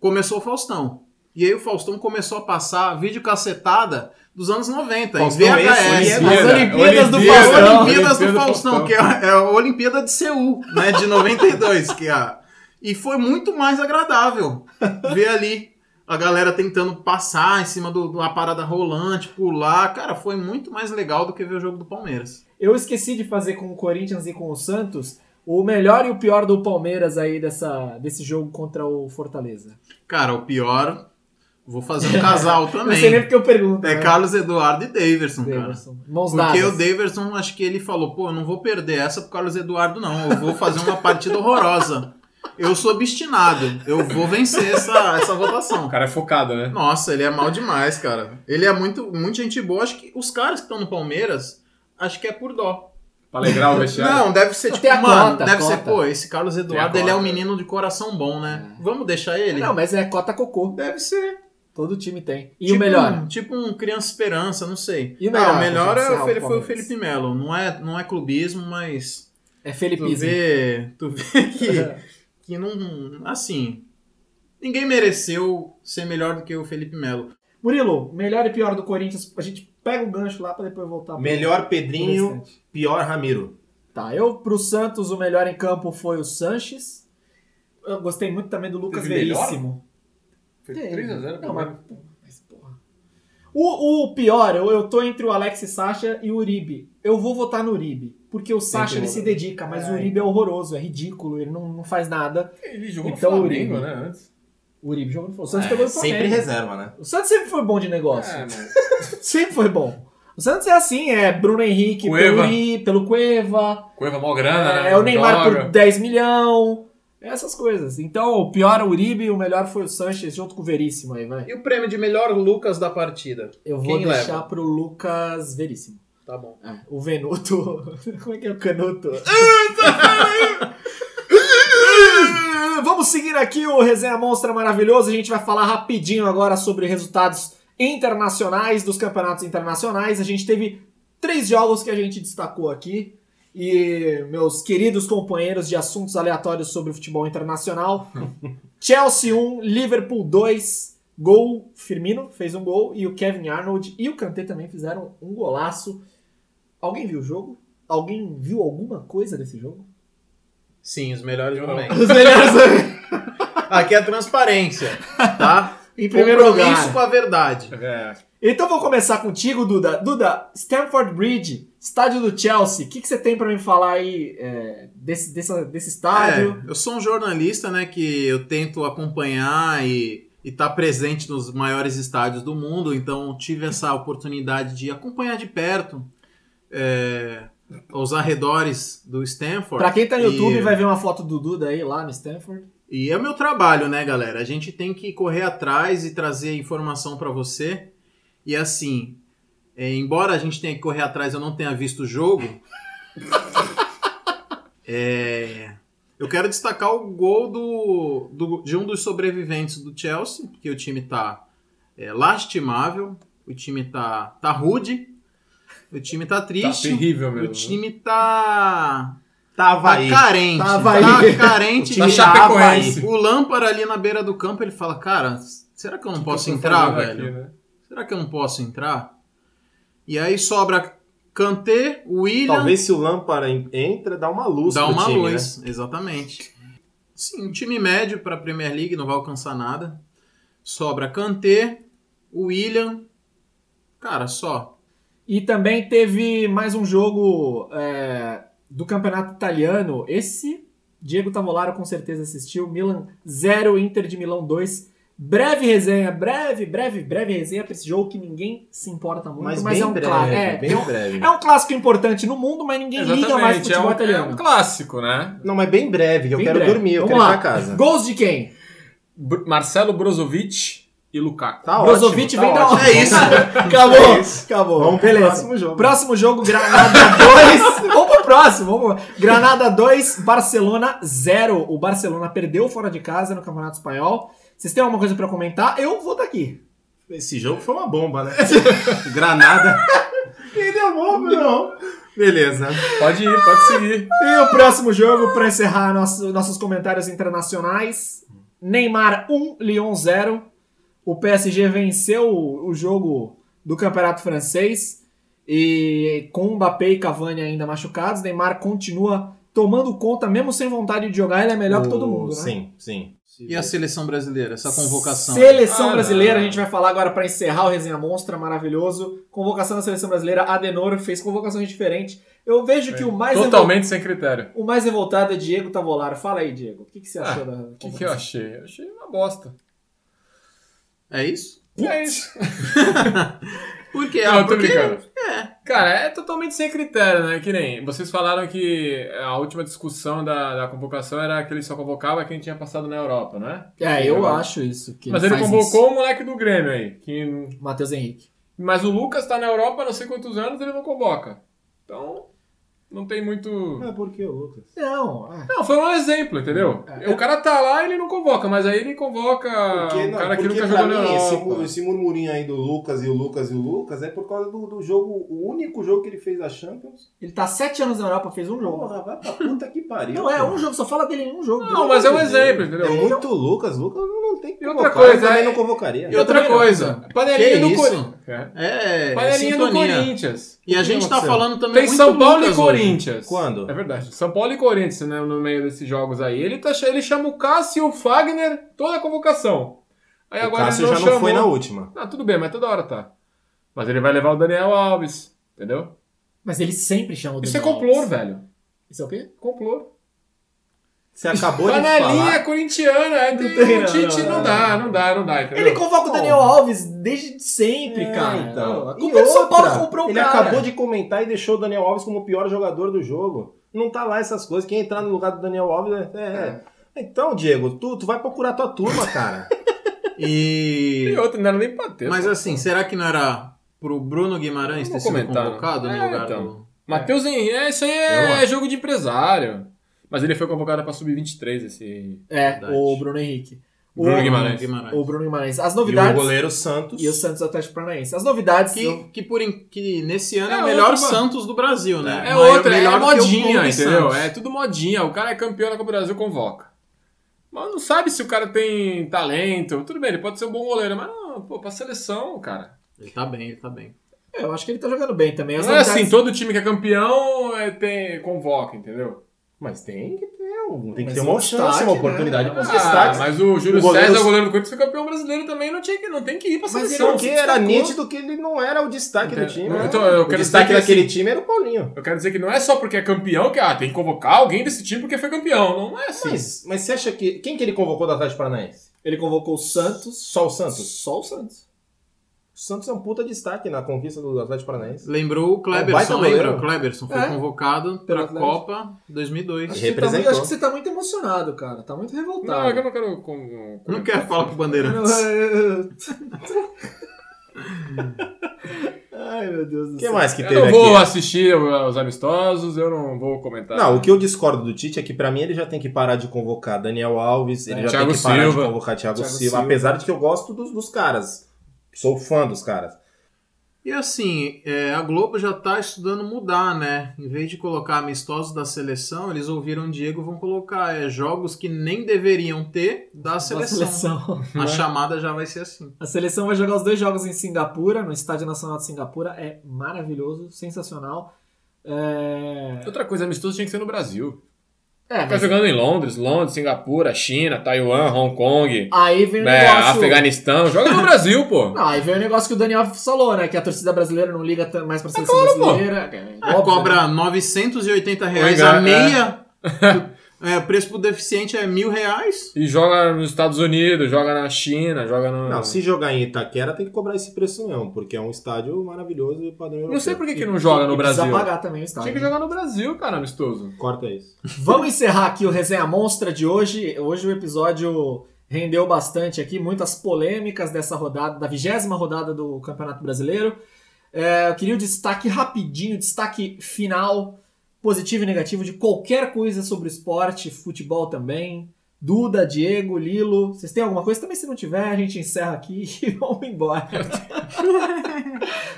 [SPEAKER 3] começou o Faustão. E aí o Faustão começou a passar vídeo cacetada dos anos 90, em
[SPEAKER 4] Faustão,
[SPEAKER 3] VHS.
[SPEAKER 4] esse
[SPEAKER 1] As
[SPEAKER 2] Olimpíada,
[SPEAKER 1] Olimpíadas do
[SPEAKER 2] Olimpíada,
[SPEAKER 1] Faustão.
[SPEAKER 3] As
[SPEAKER 1] Não,
[SPEAKER 3] Olimpíadas do
[SPEAKER 2] Olimpíada
[SPEAKER 3] Faustão, que é a, é a Olimpíada de Seul, né? De 92, que é a... E foi muito mais agradável ver ali a galera tentando passar em cima do- de uma parada rolante, pular. Cara, foi muito mais legal do que ver o jogo do Palmeiras.
[SPEAKER 1] Eu esqueci de fazer com o Corinthians e com o Santos o melhor e o pior do Palmeiras aí dessa, desse jogo contra o Fortaleza.
[SPEAKER 3] Cara, o pior, vou fazer um casal
[SPEAKER 1] Eu Não sei nem
[SPEAKER 3] também.
[SPEAKER 1] porque eu pergunto.
[SPEAKER 3] É
[SPEAKER 1] né?
[SPEAKER 3] Carlos Eduardo e Daverson, cara.
[SPEAKER 1] Davidson. Mãos
[SPEAKER 3] Porque
[SPEAKER 1] dadas.
[SPEAKER 3] o Daverson, acho que ele falou, pô, eu não vou perder essa pro Carlos Eduardo, não. Eu vou fazer uma partida horrorosa. Eu sou obstinado. Eu vou vencer essa, essa
[SPEAKER 2] O
[SPEAKER 3] votação.
[SPEAKER 2] cara é focado, né?
[SPEAKER 3] Nossa, ele é mal demais, cara. Ele é muito, muito gente boa. Acho que os caras que estão no Palmeiras, acho que é por dó.
[SPEAKER 2] Pra alegrar o vestiário.
[SPEAKER 3] Não, deve ser tipo,
[SPEAKER 1] Tem a
[SPEAKER 3] mano,
[SPEAKER 1] cota,
[SPEAKER 3] deve
[SPEAKER 1] cota.
[SPEAKER 3] ser, pô, esse Carlos Eduardo,
[SPEAKER 2] Tem a
[SPEAKER 3] ele é um
[SPEAKER 2] cota.
[SPEAKER 3] menino de coração bom, né? Vamos deixar ele?
[SPEAKER 1] Não, mas é cota cocô.
[SPEAKER 3] Deve ser.
[SPEAKER 1] Todo time tem. E
[SPEAKER 3] Tipo
[SPEAKER 1] o melhor?
[SPEAKER 3] um- tipo um Criança Esperança, não sei.
[SPEAKER 1] E o
[SPEAKER 3] Ah,
[SPEAKER 1] melhor,
[SPEAKER 3] o melhor é
[SPEAKER 1] Rafael,
[SPEAKER 3] o Fe- foi o
[SPEAKER 1] Palmeiras?
[SPEAKER 3] Felipe Melo. Não é, não é clubismo, mas...
[SPEAKER 1] É
[SPEAKER 3] Tu
[SPEAKER 1] Felipismo.
[SPEAKER 3] vê, tu vê que, que não. Assim. Ninguém mereceu ser melhor do que o Felipe Melo.
[SPEAKER 1] Murilo, melhor e pior do Corinthians. A gente pega o gancho lá pra depois voltar. pro-
[SPEAKER 4] Melhor
[SPEAKER 1] pro
[SPEAKER 4] Pedrinho,
[SPEAKER 1] restante.
[SPEAKER 4] pior Ramiro.
[SPEAKER 1] Tá, eu pro Santos o melhor em campo foi o Sanches. Eu gostei muito também do Lucas
[SPEAKER 2] Teve melhor?
[SPEAKER 1] Veríssimo.
[SPEAKER 2] Foi
[SPEAKER 1] Tem.
[SPEAKER 2] 3x0
[SPEAKER 1] Não, mas, mas porra. O, o pior, eu, eu tô entre o Alex Sacha e o Uribe. Eu vou votar no Uribe. Porque o Sacha ele se dedica, mas o Uribe é horroroso, é ridículo, ele não, não faz nada.
[SPEAKER 2] Ele jogou
[SPEAKER 1] Então,
[SPEAKER 2] no Flamengo,
[SPEAKER 1] Uribe.
[SPEAKER 2] né? Antes.
[SPEAKER 1] O Uribe jogou no Flamengo. O Santos
[SPEAKER 4] É,
[SPEAKER 1] pegou no
[SPEAKER 4] sempre
[SPEAKER 1] Flamengo.
[SPEAKER 4] reserva, né?
[SPEAKER 1] O Santos sempre foi bom de negócio.
[SPEAKER 2] É, mas-
[SPEAKER 1] Sempre foi bom. O Santos é assim, é Bruno Henrique pelo
[SPEAKER 2] Cueva.
[SPEAKER 1] Uri, pelo Cueva,
[SPEAKER 2] Cueva mal grana,
[SPEAKER 1] é,
[SPEAKER 2] né?
[SPEAKER 1] o Neymar
[SPEAKER 2] Joga.
[SPEAKER 1] por 10 milhão, essas coisas. Então, o pior é o Uribe, o melhor foi o Sanches, junto com o Veríssimo aí, vai.
[SPEAKER 3] E o prêmio de melhor Lucas da partida?
[SPEAKER 1] Eu vou
[SPEAKER 3] Quem
[SPEAKER 1] deixar
[SPEAKER 3] leva?
[SPEAKER 1] pro Lucas Veríssimo.
[SPEAKER 3] Tá bom.
[SPEAKER 1] É, o Venuto. Como é que é o Canuto? Vamos seguir aqui o Resenha Monstra maravilhoso. A gente vai falar rapidinho agora sobre resultados internacionais dos campeonatos internacionais. A gente teve três jogos que a gente destacou aqui. E meus queridos companheiros de assuntos aleatórios sobre o futebol internacional. Chelsea 1, Liverpool 2, Gol, Firmino fez um gol e o Kevin Arnold e o Kanté também fizeram um golaço. Alguém viu o jogo? Alguém viu alguma coisa desse jogo?
[SPEAKER 3] Sim, os melhores
[SPEAKER 2] Eu não.
[SPEAKER 3] momentos.
[SPEAKER 1] Os melhores.
[SPEAKER 3] Aqui é a transparência, tá?
[SPEAKER 1] em primeiro lugar.
[SPEAKER 3] Compromisso com a verdade.
[SPEAKER 2] tá
[SPEAKER 4] É.
[SPEAKER 1] Então vou começar contigo, Duda. Duda, Stamford Bridge, estádio do Chelsea. O que, que você tem pra me falar aí é, desse, dessa- desse estádio?
[SPEAKER 3] É, eu sou um jornalista, né, que eu tento acompanhar e estar presente nos maiores estádios do mundo, então tive essa oportunidade de acompanhar de perto é, os arredores do Stanford.
[SPEAKER 1] Pra quem tá no
[SPEAKER 3] E-
[SPEAKER 1] YouTube vai ver uma foto do Duda aí lá no Stanford.
[SPEAKER 3] E é o meu trabalho, né, galera? A gente tem que correr atrás e trazer informação pra você. E assim, é, embora a gente tenha que correr atrás, eu não tenha visto o jogo. é, eu quero destacar o gol do, do- de um dos sobreviventes do Chelsea, porque o time tá é, lastimável, o time tá, tá rude, o time tá
[SPEAKER 2] Tá
[SPEAKER 3] triste,
[SPEAKER 2] terrível
[SPEAKER 3] o
[SPEAKER 2] mesmo.
[SPEAKER 3] time tá,
[SPEAKER 4] Tava
[SPEAKER 3] tá
[SPEAKER 4] aí.
[SPEAKER 3] carente, tá,
[SPEAKER 1] Tava aí.
[SPEAKER 3] carente
[SPEAKER 2] Tá
[SPEAKER 3] de
[SPEAKER 2] Chapecoense.
[SPEAKER 3] o Lampard ali na beira do campo, ele fala, cara, será que eu não posso entrar, velho? Será que eu não posso entrar? E aí sobra Kanté, William,
[SPEAKER 4] Talvez se o Lampard en- entra, dá uma luz
[SPEAKER 3] dá
[SPEAKER 4] pro
[SPEAKER 3] uma
[SPEAKER 4] time, né?
[SPEAKER 3] luz, exatamente. Sim, um time médio para a Premier League, não vai alcançar nada. Sobra Kanté, William, cara, só.
[SPEAKER 1] E também teve mais um jogo é, do campeonato italiano. Esse, Diego Tavolaro com certeza assistiu. Milan 0, Inter de Milão 2. Breve resenha, breve, breve, breve resenha pra esse jogo que ninguém se importa muito, mas,
[SPEAKER 4] Mas, bem
[SPEAKER 1] é um
[SPEAKER 4] breve,
[SPEAKER 1] claro. É,
[SPEAKER 4] bem
[SPEAKER 1] é um-
[SPEAKER 4] breve.
[SPEAKER 1] É um clássico importante no mundo, mas ninguém liga mais pro
[SPEAKER 2] é
[SPEAKER 1] futebol
[SPEAKER 2] um,
[SPEAKER 1] italiano.
[SPEAKER 2] é um clássico, né?
[SPEAKER 4] Não, mas bem breve, eu
[SPEAKER 1] Bem
[SPEAKER 4] quero
[SPEAKER 1] breve.
[SPEAKER 4] dormir, eu
[SPEAKER 1] Vamos
[SPEAKER 4] quero
[SPEAKER 1] lá.
[SPEAKER 4] ir pra casa.
[SPEAKER 1] Gols de quem?
[SPEAKER 2] Br- Marcelo Brozovic e Lukaku.
[SPEAKER 4] Tá
[SPEAKER 1] Brozovic
[SPEAKER 4] ótimo,
[SPEAKER 1] vem
[SPEAKER 4] tá
[SPEAKER 1] da
[SPEAKER 4] ótimo. É
[SPEAKER 1] onde?
[SPEAKER 3] É isso.
[SPEAKER 1] Acabou, acabou.
[SPEAKER 4] Vamos pro
[SPEAKER 1] Beleza.
[SPEAKER 4] próximo jogo.
[SPEAKER 1] Próximo jogo, Granada 2. vamos pro próximo. Vamos. Granada 2, Barcelona 0. O Barcelona perdeu fora de casa no Campeonato Espanhol. Vocês têm alguma coisa pra comentar? Eu vou tá daqui.
[SPEAKER 4] Esse jogo foi uma bomba, né? Granada. Quem deu bomba, não? Beleza.
[SPEAKER 2] Pode ir, pode seguir.
[SPEAKER 1] E o próximo jogo, pra encerrar nosso- nossos comentários internacionais: Neymar 1, Lyon 0. O PSG venceu o, o jogo do Campeonato Francês. E com Mbappé e Cavani ainda machucados, Neymar continua tomando conta, mesmo sem vontade de jogar, ele é melhor que todo
[SPEAKER 4] O-
[SPEAKER 1] mundo, né?
[SPEAKER 4] Sim, sim.
[SPEAKER 3] E a seleção brasileira, essa convocação?
[SPEAKER 1] Seleção
[SPEAKER 2] Ah,
[SPEAKER 1] brasileira,
[SPEAKER 2] não.
[SPEAKER 1] a gente vai falar agora pra encerrar o Resenha Monstra, maravilhoso. Convocação da seleção brasileira, Adenor fez convocações diferentes. Eu vejo que o mais um
[SPEAKER 2] Totalmente sem critério.
[SPEAKER 1] O mais revoltado é Diego Tavolaro. Fala aí, Diego. O que, que você achou da.
[SPEAKER 2] Ah, O que, que eu achei? Eu achei uma bosta.
[SPEAKER 3] É isso?
[SPEAKER 2] É isso.
[SPEAKER 3] Porque,
[SPEAKER 2] Não, eu tô
[SPEAKER 3] Ah, porque
[SPEAKER 2] brincando.
[SPEAKER 3] é,
[SPEAKER 2] Cara, é totalmente sem critério, né? Que nem vocês falaram que a última discussão da, da convocação era que ele só convocava quem tinha passado na Europa, não é?
[SPEAKER 1] É, eu
[SPEAKER 2] Ele-
[SPEAKER 1] acho isso. Que
[SPEAKER 2] Mas ele
[SPEAKER 1] faz
[SPEAKER 2] convocou o moleque do Grêmio aí. Que...
[SPEAKER 1] isso. Matheus Henrique.
[SPEAKER 2] Mas o Lucas tá na Europa há não sei quantos anos ele não convoca. Então, não tem muito.
[SPEAKER 1] é
[SPEAKER 4] Mas por que o Lucas?
[SPEAKER 1] Não, ah,
[SPEAKER 2] Não, foi um exemplo, entendeu?
[SPEAKER 1] É.
[SPEAKER 2] O cara tá lá e ele não convoca, mas aí ele convoca
[SPEAKER 4] Porque,
[SPEAKER 2] o Ah, um
[SPEAKER 4] não,
[SPEAKER 2] cara que
[SPEAKER 4] porque
[SPEAKER 2] nunca
[SPEAKER 4] pra
[SPEAKER 2] jogou na
[SPEAKER 4] mim, esse,
[SPEAKER 2] Europa.
[SPEAKER 4] mu- esse murmurinho aí do Lucas e o Lucas e o Lucas é por causa do, do jogo, o único jogo que ele fez da Champions.
[SPEAKER 1] ele tá sete anos na Europa, fez um jogo.
[SPEAKER 4] Porra, vai pra puta que pariu.
[SPEAKER 1] Não, é
[SPEAKER 4] cara.
[SPEAKER 1] um jogo, só fala dele em um jogo.
[SPEAKER 2] Não, mas é um
[SPEAKER 1] Deus.
[SPEAKER 2] exemplo, entendeu?
[SPEAKER 4] É muito Lucas, Lucas não tem que
[SPEAKER 2] E outra
[SPEAKER 4] convocar,
[SPEAKER 2] coisa,
[SPEAKER 4] eu também
[SPEAKER 2] é-
[SPEAKER 4] não convocaria.
[SPEAKER 2] E outra
[SPEAKER 3] também não.
[SPEAKER 2] coisa, panelinha
[SPEAKER 3] Que
[SPEAKER 2] do
[SPEAKER 3] isso?
[SPEAKER 2] Corinthians. É.
[SPEAKER 3] é, é
[SPEAKER 2] Panelinha do
[SPEAKER 3] sintonia.
[SPEAKER 2] Corinthians.
[SPEAKER 3] E a gente tá
[SPEAKER 4] aconteceu?
[SPEAKER 3] falando também
[SPEAKER 2] Tem
[SPEAKER 3] muito
[SPEAKER 2] São Paulo
[SPEAKER 3] Lucas
[SPEAKER 2] e
[SPEAKER 3] hoje.
[SPEAKER 2] Corinthians.
[SPEAKER 4] Quando?
[SPEAKER 2] É verdade. São Paulo e Corinthians, né, no meio desses jogos aí. Ele, tá, ele chama o Cássio e o Fagner toda a convocação. Aí
[SPEAKER 4] o
[SPEAKER 2] agora
[SPEAKER 4] Cássio
[SPEAKER 2] ele
[SPEAKER 4] já
[SPEAKER 2] não
[SPEAKER 4] não
[SPEAKER 2] chamou.
[SPEAKER 4] foi na última.
[SPEAKER 2] Ah, tudo bem, mas toda hora tá. Mas ele vai levar o Daniel Alves, entendeu?
[SPEAKER 1] Mas ele sempre chama o
[SPEAKER 2] Isso é
[SPEAKER 1] Daniel
[SPEAKER 2] complô,
[SPEAKER 1] Alves.
[SPEAKER 2] velho.
[SPEAKER 1] Isso é o quê?
[SPEAKER 2] Complô.
[SPEAKER 4] Você acabou de
[SPEAKER 2] Panelinha
[SPEAKER 4] falar.
[SPEAKER 2] corintiana, é, tem-
[SPEAKER 1] tem,
[SPEAKER 2] o Tite
[SPEAKER 1] não,
[SPEAKER 2] não,
[SPEAKER 1] não,
[SPEAKER 2] dá, não dá, não dá, entendeu?
[SPEAKER 1] Ele convoca o Daniel Alves desde sempre,
[SPEAKER 4] É,
[SPEAKER 1] cara.
[SPEAKER 4] então.
[SPEAKER 1] A
[SPEAKER 4] E
[SPEAKER 1] culpa é do São
[SPEAKER 4] outra,
[SPEAKER 1] Paulo comprou o
[SPEAKER 4] Ele
[SPEAKER 1] cara.
[SPEAKER 4] acabou de comentar e deixou o Daniel Alves como o pior jogador do jogo. Não tá lá essas coisas. Quem entrar no lugar do Daniel Alves é. é. Então, Diego, tu, tu vai procurar tua turma, cara.
[SPEAKER 3] E
[SPEAKER 2] E outro, não era nem pra ter.
[SPEAKER 3] mas assim, será que não era pro Bruno Guimarães ter
[SPEAKER 2] Vamos
[SPEAKER 3] sido
[SPEAKER 2] comentar, né?
[SPEAKER 3] convocado
[SPEAKER 2] É,
[SPEAKER 3] no lugar
[SPEAKER 2] então.
[SPEAKER 3] do
[SPEAKER 2] Matheus Henrique, é, isso aí
[SPEAKER 3] Eu
[SPEAKER 2] é
[SPEAKER 3] acho.
[SPEAKER 2] jogo de empresário. Mas ele foi convocado pra sub-23 esse.
[SPEAKER 1] É,
[SPEAKER 3] Verdade.
[SPEAKER 1] o Bruno Henrique. O-
[SPEAKER 2] Bruno Guimarães.
[SPEAKER 1] O Bruno Guimarães. As
[SPEAKER 4] E o
[SPEAKER 1] novidades.
[SPEAKER 4] goleiro Santos.
[SPEAKER 1] E o Santos do Atlético Paranaense. As novidades.
[SPEAKER 3] Que, que, por, in- que nesse ano é,
[SPEAKER 2] É
[SPEAKER 3] o melhor
[SPEAKER 2] outro, mano.
[SPEAKER 3] Santos do Brasil, né?
[SPEAKER 2] É,
[SPEAKER 3] Maior-
[SPEAKER 2] outra, é
[SPEAKER 3] melhor que o
[SPEAKER 2] modinha,
[SPEAKER 3] Clube
[SPEAKER 2] entendeu?
[SPEAKER 3] Santos.
[SPEAKER 2] É tudo modinha. O cara é campeão da Copa do Brasil, convoca. Mas não sabe se o cara tem talento. Tudo bem, ele pode ser um bom goleiro, mas não, pô, pra seleção, cara.
[SPEAKER 3] Ele tá bem, ele tá bem.
[SPEAKER 1] É, eu acho que ele tá jogando bem também. As
[SPEAKER 2] Não é
[SPEAKER 1] novidades-
[SPEAKER 2] assim, todo time que é campeão é, tem, convoca, entendeu?
[SPEAKER 5] Mas tem que ter, algum- tem que
[SPEAKER 1] Mas
[SPEAKER 5] ter uma
[SPEAKER 1] um
[SPEAKER 5] chance, uma
[SPEAKER 1] destaque,
[SPEAKER 5] oportunidade
[SPEAKER 1] né?
[SPEAKER 5] para os
[SPEAKER 1] Ah,
[SPEAKER 5] destaques.
[SPEAKER 2] mas o Júlio
[SPEAKER 5] o goleiro-
[SPEAKER 2] César, o goleiro do Corinthians, foi campeão brasileiro também, não, tinha que, não tem que ir pra
[SPEAKER 1] Mas ele
[SPEAKER 2] seleção.
[SPEAKER 1] não
[SPEAKER 5] Porque
[SPEAKER 1] se
[SPEAKER 5] era
[SPEAKER 1] destacou.
[SPEAKER 5] nítido que ele não era o destaque do
[SPEAKER 2] Entendo.
[SPEAKER 5] time.
[SPEAKER 2] Não,
[SPEAKER 5] né?
[SPEAKER 2] então, eu
[SPEAKER 5] o
[SPEAKER 2] quero
[SPEAKER 5] destaque
[SPEAKER 2] dizer que
[SPEAKER 5] daquele
[SPEAKER 2] assim-
[SPEAKER 5] time era o Paulinho.
[SPEAKER 2] Eu quero dizer que não é só porque é campeão que ah, tem que convocar alguém desse time porque foi campeão. Não é assim.
[SPEAKER 5] Mas, mas você acha que. Quem que ele convocou do Atlético Paranaense?
[SPEAKER 1] Ele convocou o Santos.
[SPEAKER 5] Só o Santos?
[SPEAKER 1] Só o Santos.
[SPEAKER 5] O Santos é um puta destaque na conquista do Atlético Paranaense.
[SPEAKER 3] Lembrou o
[SPEAKER 5] baita
[SPEAKER 3] Kleberson,
[SPEAKER 5] goleiro.
[SPEAKER 3] lembra? O Kleberson foi
[SPEAKER 1] É.
[SPEAKER 3] convocado
[SPEAKER 1] Pelo
[SPEAKER 3] pra
[SPEAKER 1] Atlético.
[SPEAKER 3] Copa 2002.
[SPEAKER 1] Acho
[SPEAKER 5] E
[SPEAKER 1] que, você tá muito,
[SPEAKER 5] representou.
[SPEAKER 1] acho que você tá muito emocionado, cara. Tá muito
[SPEAKER 2] Não, é que eu
[SPEAKER 1] revoltado.
[SPEAKER 2] não quero. com- com-
[SPEAKER 3] Não quero falar pro
[SPEAKER 1] Não,
[SPEAKER 3] Bandeirantes.
[SPEAKER 1] é- Ai, meu Deus do
[SPEAKER 5] O que
[SPEAKER 1] céu.
[SPEAKER 5] mais que
[SPEAKER 2] Eu
[SPEAKER 5] teve
[SPEAKER 2] não vou
[SPEAKER 5] aqui?
[SPEAKER 2] assistir os amistosos, eu não vou comentar.
[SPEAKER 5] Não, o que eu discordo do Tite é que pra mim ele já tem que parar de convocar Daniel Alves, ele
[SPEAKER 2] É,
[SPEAKER 5] já
[SPEAKER 2] Thiago
[SPEAKER 5] tem que parar
[SPEAKER 2] Silva.
[SPEAKER 5] de convocar Thiago,
[SPEAKER 1] Thiago
[SPEAKER 5] Silva,
[SPEAKER 1] Silva.
[SPEAKER 5] apesar de que eu gosto dos, dos caras. Sou fã dos caras.
[SPEAKER 3] E assim, é, a Globo já tá estudando mudar, né? Em vez de colocar amistosos da seleção, eles ouviram o Diego vão colocar é, jogos que nem deveriam ter da
[SPEAKER 1] A
[SPEAKER 3] seleção.
[SPEAKER 1] seleção.
[SPEAKER 3] A chamada já vai ser assim.
[SPEAKER 1] A seleção vai jogar os dois jogos em Singapura, no Estádio Nacional de Singapura. É maravilhoso, sensacional. É,
[SPEAKER 2] Outra coisa, amistoso tinha que ser no Brasil.
[SPEAKER 1] é
[SPEAKER 2] Tá
[SPEAKER 1] mas
[SPEAKER 2] jogando em Londres, Londres, Singapura, China, Taiwan, Hong Kong,
[SPEAKER 1] aí vem o
[SPEAKER 2] é,
[SPEAKER 1] negócio.
[SPEAKER 2] Afeganistão. Joga no Brasil, pô.
[SPEAKER 1] Não, aí vem o negócio que o Daniel falou, né? Que a torcida brasileira não liga tan- mais pra seleção
[SPEAKER 2] claro, pô.
[SPEAKER 1] brasileira.
[SPEAKER 3] É,
[SPEAKER 1] óbvio, né?
[SPEAKER 3] cobra 980 reais
[SPEAKER 2] Oi,
[SPEAKER 3] a
[SPEAKER 5] é.
[SPEAKER 2] cara,
[SPEAKER 3] meia. É, o preço pro deficiente é mil reais.
[SPEAKER 2] E joga nos Estados Unidos, joga na China, joga no.
[SPEAKER 5] Não, se jogar em Itaquera tem que cobrar esse preço mesmo, porque é um estádio maravilhoso e padrão europeu.
[SPEAKER 2] Não sei por que, que não joga no
[SPEAKER 1] E precisa
[SPEAKER 2] Brasil.
[SPEAKER 1] pagar também o estádio. né?
[SPEAKER 2] Tinha que jogar no Brasil, cara, amistoso.
[SPEAKER 5] Corta isso.
[SPEAKER 2] É.
[SPEAKER 1] Vamos encerrar aqui o Resenha Monstra de hoje. Hoje o episódio rendeu bastante aqui, muitas polêmicas dessa rodada, da vigésima rodada do Campeonato Brasileiro. É, eu queria o destaque rapidinho, destaque final, positivo e negativo de qualquer coisa sobre o esporte, futebol também. Duda, Diego, Lilo, vocês têm alguma coisa? Também se não tiver, a gente encerra aqui e vamos embora.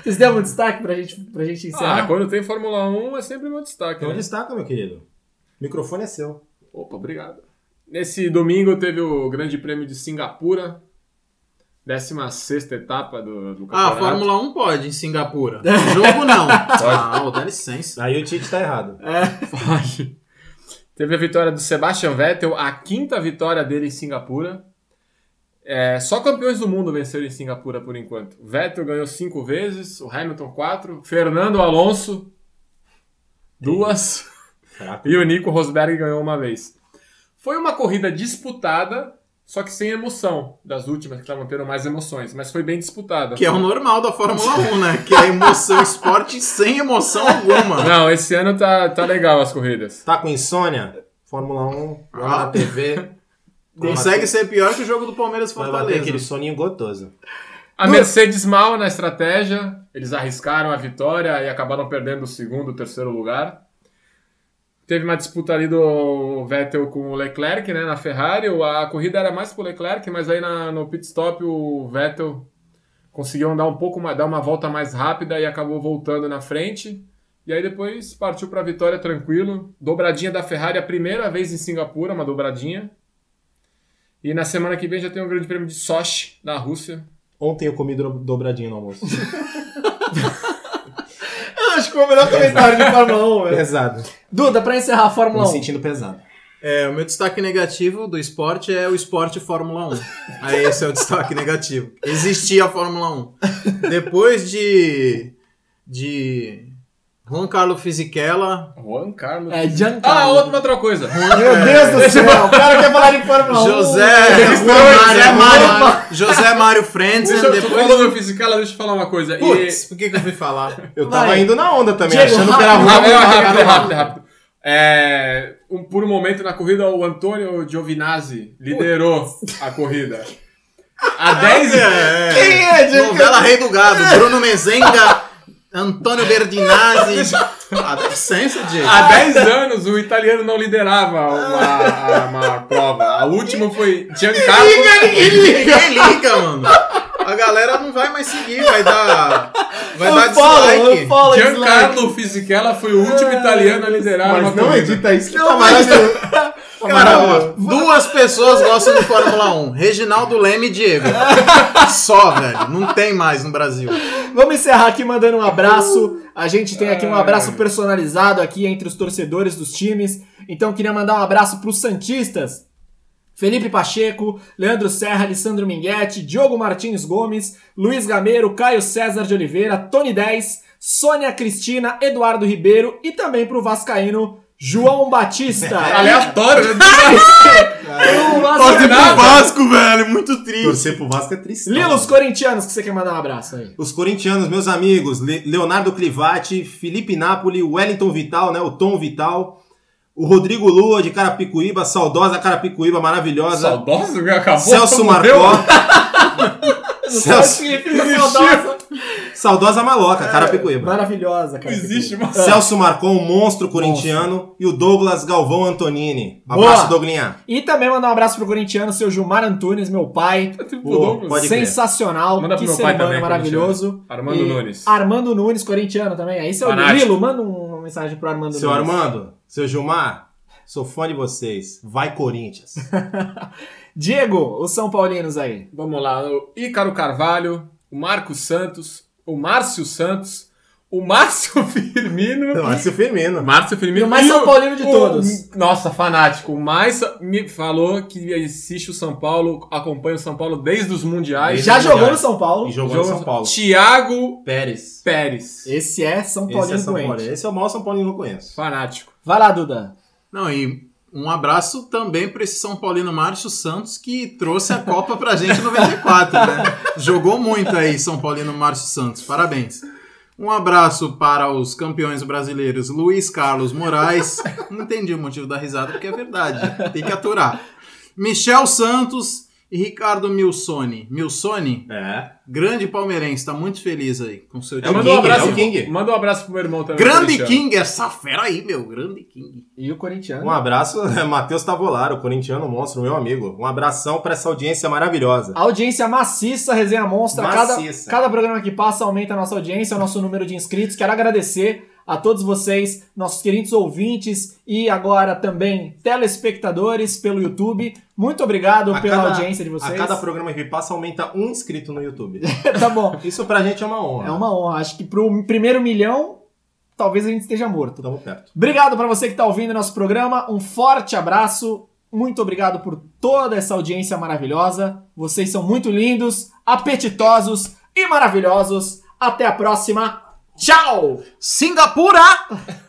[SPEAKER 1] vocês têm algum destaque pra gente, pra gente
[SPEAKER 2] Ah,
[SPEAKER 1] encerrar?
[SPEAKER 2] quando tem Fórmula 1 é sempre meu destaque.
[SPEAKER 5] é Então
[SPEAKER 2] né?
[SPEAKER 5] destaca, meu querido. O microfone é seu.
[SPEAKER 2] Opa, obrigado. Nesse domingo teve o Grande Prêmio de Singapura, 16 etapa do, do
[SPEAKER 3] Ah,
[SPEAKER 2] campeonato.
[SPEAKER 3] Fórmula 1 pode em Singapura. Jogo não. Ah, ô, dá licença.
[SPEAKER 5] Aí o Tite tá errado.
[SPEAKER 2] Pode. Teve a vitória do Sebastian Vettel, a quinta vitória dele em Singapura. É, só campeões do mundo venceram em Singapura por enquanto. O Vettel ganhou cinco vezes, o Hamilton quatro, Fernando Alonso duas.
[SPEAKER 5] Caraca.
[SPEAKER 2] E o Nico Rosberg ganhou uma vez. Foi uma corrida disputada, só que sem emoção. Das últimas que estavam tendo mais emoções, mas foi bem disputada.
[SPEAKER 3] Que é o normal da Fórmula 1, né? Que é emoção esporte sem emoção alguma.
[SPEAKER 2] Não, esse ano tá, tá legal as corridas.
[SPEAKER 5] Tá com insônia? Fórmula 1, joga
[SPEAKER 3] Ah.
[SPEAKER 5] na TV.
[SPEAKER 3] Consegue ser pior que o jogo do Palmeiras e
[SPEAKER 5] Vai bater aquele
[SPEAKER 3] Fortaleza.
[SPEAKER 5] soninho gotoso.
[SPEAKER 2] A Mercedes mal na estratégia, eles arriscaram a vitória e acabaram perdendo o segundo, o terceiro lugar. Teve uma disputa ali do Vettel com o Leclerc, né, na Ferrari. A corrida era mais pro Leclerc, mas aí na- no pit stop o Vettel conseguiu andar um pouco mais, dar uma volta mais rápida e acabou voltando na frente. E aí depois partiu para a vitória tranquilo. Dobradinha da Ferrari, a primeira vez em Singapura, uma dobradinha. E na semana que vem já tem o Grande Prêmio de Sochi, na Rússia.
[SPEAKER 5] Ontem eu comi do- dobradinho no almoço.
[SPEAKER 1] Acho que foi o melhor comentário de Fórmula 1, velho.
[SPEAKER 5] pesado.
[SPEAKER 1] Duda, pra encerrar a
[SPEAKER 5] Tô me
[SPEAKER 1] Fórmula 1.
[SPEAKER 5] sentindo pesado.
[SPEAKER 3] É, o meu destaque negativo do esporte é o esporte Fórmula 1. Aí esse é o destaque negativo. Existia a Fórmula 1. Depois de. de. Juan Carlos Fisichella.
[SPEAKER 2] Juan Carlos.
[SPEAKER 1] É, Giancarlo.
[SPEAKER 2] Ah, outra, uma outra coisa.
[SPEAKER 1] Meu Deus do céu, o cara quer falar de Fórmula 1.
[SPEAKER 3] José,
[SPEAKER 1] Depois,
[SPEAKER 3] José
[SPEAKER 1] Roma.
[SPEAKER 3] Mário, José Mário Frentzen,
[SPEAKER 2] Deixa eu, tu
[SPEAKER 3] depois
[SPEAKER 2] falou meu Fisichella, deixa eu falar uma coisa.
[SPEAKER 3] Putz, por que, que eu fui falar?
[SPEAKER 5] Eu tava
[SPEAKER 1] Vai.
[SPEAKER 5] indo na onda também,
[SPEAKER 1] Diego,
[SPEAKER 5] achando que era
[SPEAKER 2] E...
[SPEAKER 1] rápido,
[SPEAKER 5] ruim.
[SPEAKER 2] Rápido, Ah, é, rápido,
[SPEAKER 1] rápido,
[SPEAKER 2] rápido, é rápido. É, um, por um momento na corrida, o Antônio Giovinazzi liderou a corrida. Há 10
[SPEAKER 1] Quem é, Diego?
[SPEAKER 3] Novela Rei do Gado, Bruno Mezenga, Antônio Berdinazzi. Ah, dá licença, Diego.
[SPEAKER 2] Há 10 anos o italiano não liderava uma, uma prova. A última foi Giancarlo.
[SPEAKER 3] Ninguém liga. mano. A galera não vai mais seguir, vai dar. Vai dar dislike.
[SPEAKER 1] falo,
[SPEAKER 2] Giancarlo Fisichella foi o último italiano a liderar uma
[SPEAKER 5] Mas não
[SPEAKER 2] corrida.
[SPEAKER 5] edita isso que
[SPEAKER 1] Não,
[SPEAKER 5] tá
[SPEAKER 1] mas-
[SPEAKER 5] maravilhoso.
[SPEAKER 3] um.
[SPEAKER 1] um.
[SPEAKER 3] Cara, duas pessoas gostam de Fórmula 1. Reginaldo Leme e Diego. Só, velho. Não tem mais no Brasil.
[SPEAKER 1] Vamos encerrar aqui mandando um abraço. A gente tem aqui um abraço personalizado aqui entre os torcedores dos times. Então eu queria mandar um abraço para os Santistas. Felipe Pacheco, Leandro Serra, Alessandro Minguetti, Diogo Martins Gomes, Luiz Gameiro, Caio César de Oliveira, Tony 10, Sônia Cristina, Eduardo Ribeiro e também para o Vascaíno João Batista.
[SPEAKER 2] Aleatório, né?
[SPEAKER 1] Eu
[SPEAKER 3] Torce
[SPEAKER 1] acertei.
[SPEAKER 3] pro Vasco, velho. Muito triste.
[SPEAKER 4] Torcer pro Vasco é triste.
[SPEAKER 1] Lila, os corintianos que você quer mandar um abraço aí.
[SPEAKER 4] Os corintianos, meus amigos, Le- Leonardo Clivati, Felipe Napoli, Wellington Vital, né? O Tom Vital, o Rodrigo Lua de Carapicuíba, saudosa Carapicuíba, maravilhosa.
[SPEAKER 2] Saudoso, né? acabou.
[SPEAKER 4] Celso
[SPEAKER 2] morreu.
[SPEAKER 4] Marcó,
[SPEAKER 1] Não
[SPEAKER 4] Celso-
[SPEAKER 1] sabe o que significa saudosa.
[SPEAKER 4] saudosa maloca, Carapicuíba.
[SPEAKER 1] Maravilhosa, cara.
[SPEAKER 2] Não existe mais.
[SPEAKER 4] Celso Marcon, um monstro corintiano, e o Douglas Galvão Antonini.
[SPEAKER 1] Boa.
[SPEAKER 4] Abraço, Douglinha.
[SPEAKER 1] E também mandar um abraço pro corintiano, seu Gilmar Antunes, meu pai.
[SPEAKER 4] Pô, pode crer.
[SPEAKER 1] Sensacional.
[SPEAKER 2] Manda pro
[SPEAKER 1] que
[SPEAKER 2] meu
[SPEAKER 1] ser
[SPEAKER 2] pai
[SPEAKER 1] humano
[SPEAKER 2] também,
[SPEAKER 1] maravilhoso.
[SPEAKER 2] Armando
[SPEAKER 1] E
[SPEAKER 2] Nunes.
[SPEAKER 1] Armando Nunes, corintiano também. Aí, seu
[SPEAKER 2] Fanático.
[SPEAKER 1] Lilo, manda um, uma mensagem pro Armando
[SPEAKER 4] Seu
[SPEAKER 1] Nunes.
[SPEAKER 4] Armando, seu Gilmar, sou fã de vocês. Vai, Corinthians.
[SPEAKER 1] Diego, os São Paulinos aí.
[SPEAKER 2] Vamos lá, o Ícaro Carvalho, o Marcos Santos, o Márcio Santos, o Márcio Firmino.
[SPEAKER 4] Márcio é Firmino.
[SPEAKER 2] Márcio Firmino.
[SPEAKER 1] E o mais São Paulino de
[SPEAKER 2] o-
[SPEAKER 1] todos.
[SPEAKER 2] Nossa, fanático. O mais me falou que assiste o São Paulo, acompanha o São Paulo desde os mundiais.
[SPEAKER 4] Desde
[SPEAKER 1] Já
[SPEAKER 4] os
[SPEAKER 1] jogou no
[SPEAKER 4] mundiais.
[SPEAKER 1] São Paulo.
[SPEAKER 4] E jogou no
[SPEAKER 2] Jogo-
[SPEAKER 4] São Paulo.
[SPEAKER 2] Tiago
[SPEAKER 4] Pérez.
[SPEAKER 2] Pérez.
[SPEAKER 1] Esse é São
[SPEAKER 4] Esse
[SPEAKER 1] Paulino
[SPEAKER 4] é, São
[SPEAKER 1] doente.
[SPEAKER 4] Paulo. Esse é o maior São Paulino que eu conheço.
[SPEAKER 2] Fanático.
[SPEAKER 1] Vai lá, Duda.
[SPEAKER 3] Não, e um abraço também para esse São Paulino Márcio Santos que trouxe a Copa pra gente em 94, né? Jogou muito aí, São Paulino Márcio Santos. Parabéns. Um abraço para os campeões brasileiros Luiz Carlos Moraes. Não entendi o motivo da risada, porque é verdade. Tem que aturar. Michel Santos e Ricardo Milsoni. Milsoni,
[SPEAKER 4] É.
[SPEAKER 3] grande palmeirense, tá muito feliz aí com seu
[SPEAKER 4] É o
[SPEAKER 3] time.
[SPEAKER 2] Manda um,
[SPEAKER 4] King,
[SPEAKER 2] abraço,
[SPEAKER 4] é o King.
[SPEAKER 2] manda um abraço pro meu irmão também.
[SPEAKER 3] Grande
[SPEAKER 2] Cristiano.
[SPEAKER 3] King, é essa fera aí, meu. Grande King.
[SPEAKER 1] E o corintiano.
[SPEAKER 4] Um abraço, Matheus Tavolaro, corintiano monstro, meu amigo. Um abração pra essa audiência maravilhosa.
[SPEAKER 1] Audiência maciça, resenha monstra.
[SPEAKER 4] Maciça.
[SPEAKER 1] Cada, cada programa que passa aumenta a nossa audiência, o nosso número de inscritos. Quero agradecer a todos vocês, nossos queridos ouvintes e agora também telespectadores pelo YouTube. Muito obrigado
[SPEAKER 4] A
[SPEAKER 1] pela
[SPEAKER 4] cada-
[SPEAKER 1] audiência de vocês.
[SPEAKER 4] A cada programa que passa aumenta um inscrito no YouTube.
[SPEAKER 1] tá bom.
[SPEAKER 4] Isso pra gente é uma honra.
[SPEAKER 1] É uma honra. Acho que pro primeiro milhão, talvez a gente esteja morto.
[SPEAKER 4] Tamo perto.
[SPEAKER 1] Obrigado para você que está ouvindo nosso programa. Um forte abraço. Muito obrigado por toda essa audiência maravilhosa. Vocês são muito lindos, apetitosos e maravilhosos. Até a próxima. Tchau!
[SPEAKER 3] Singapura!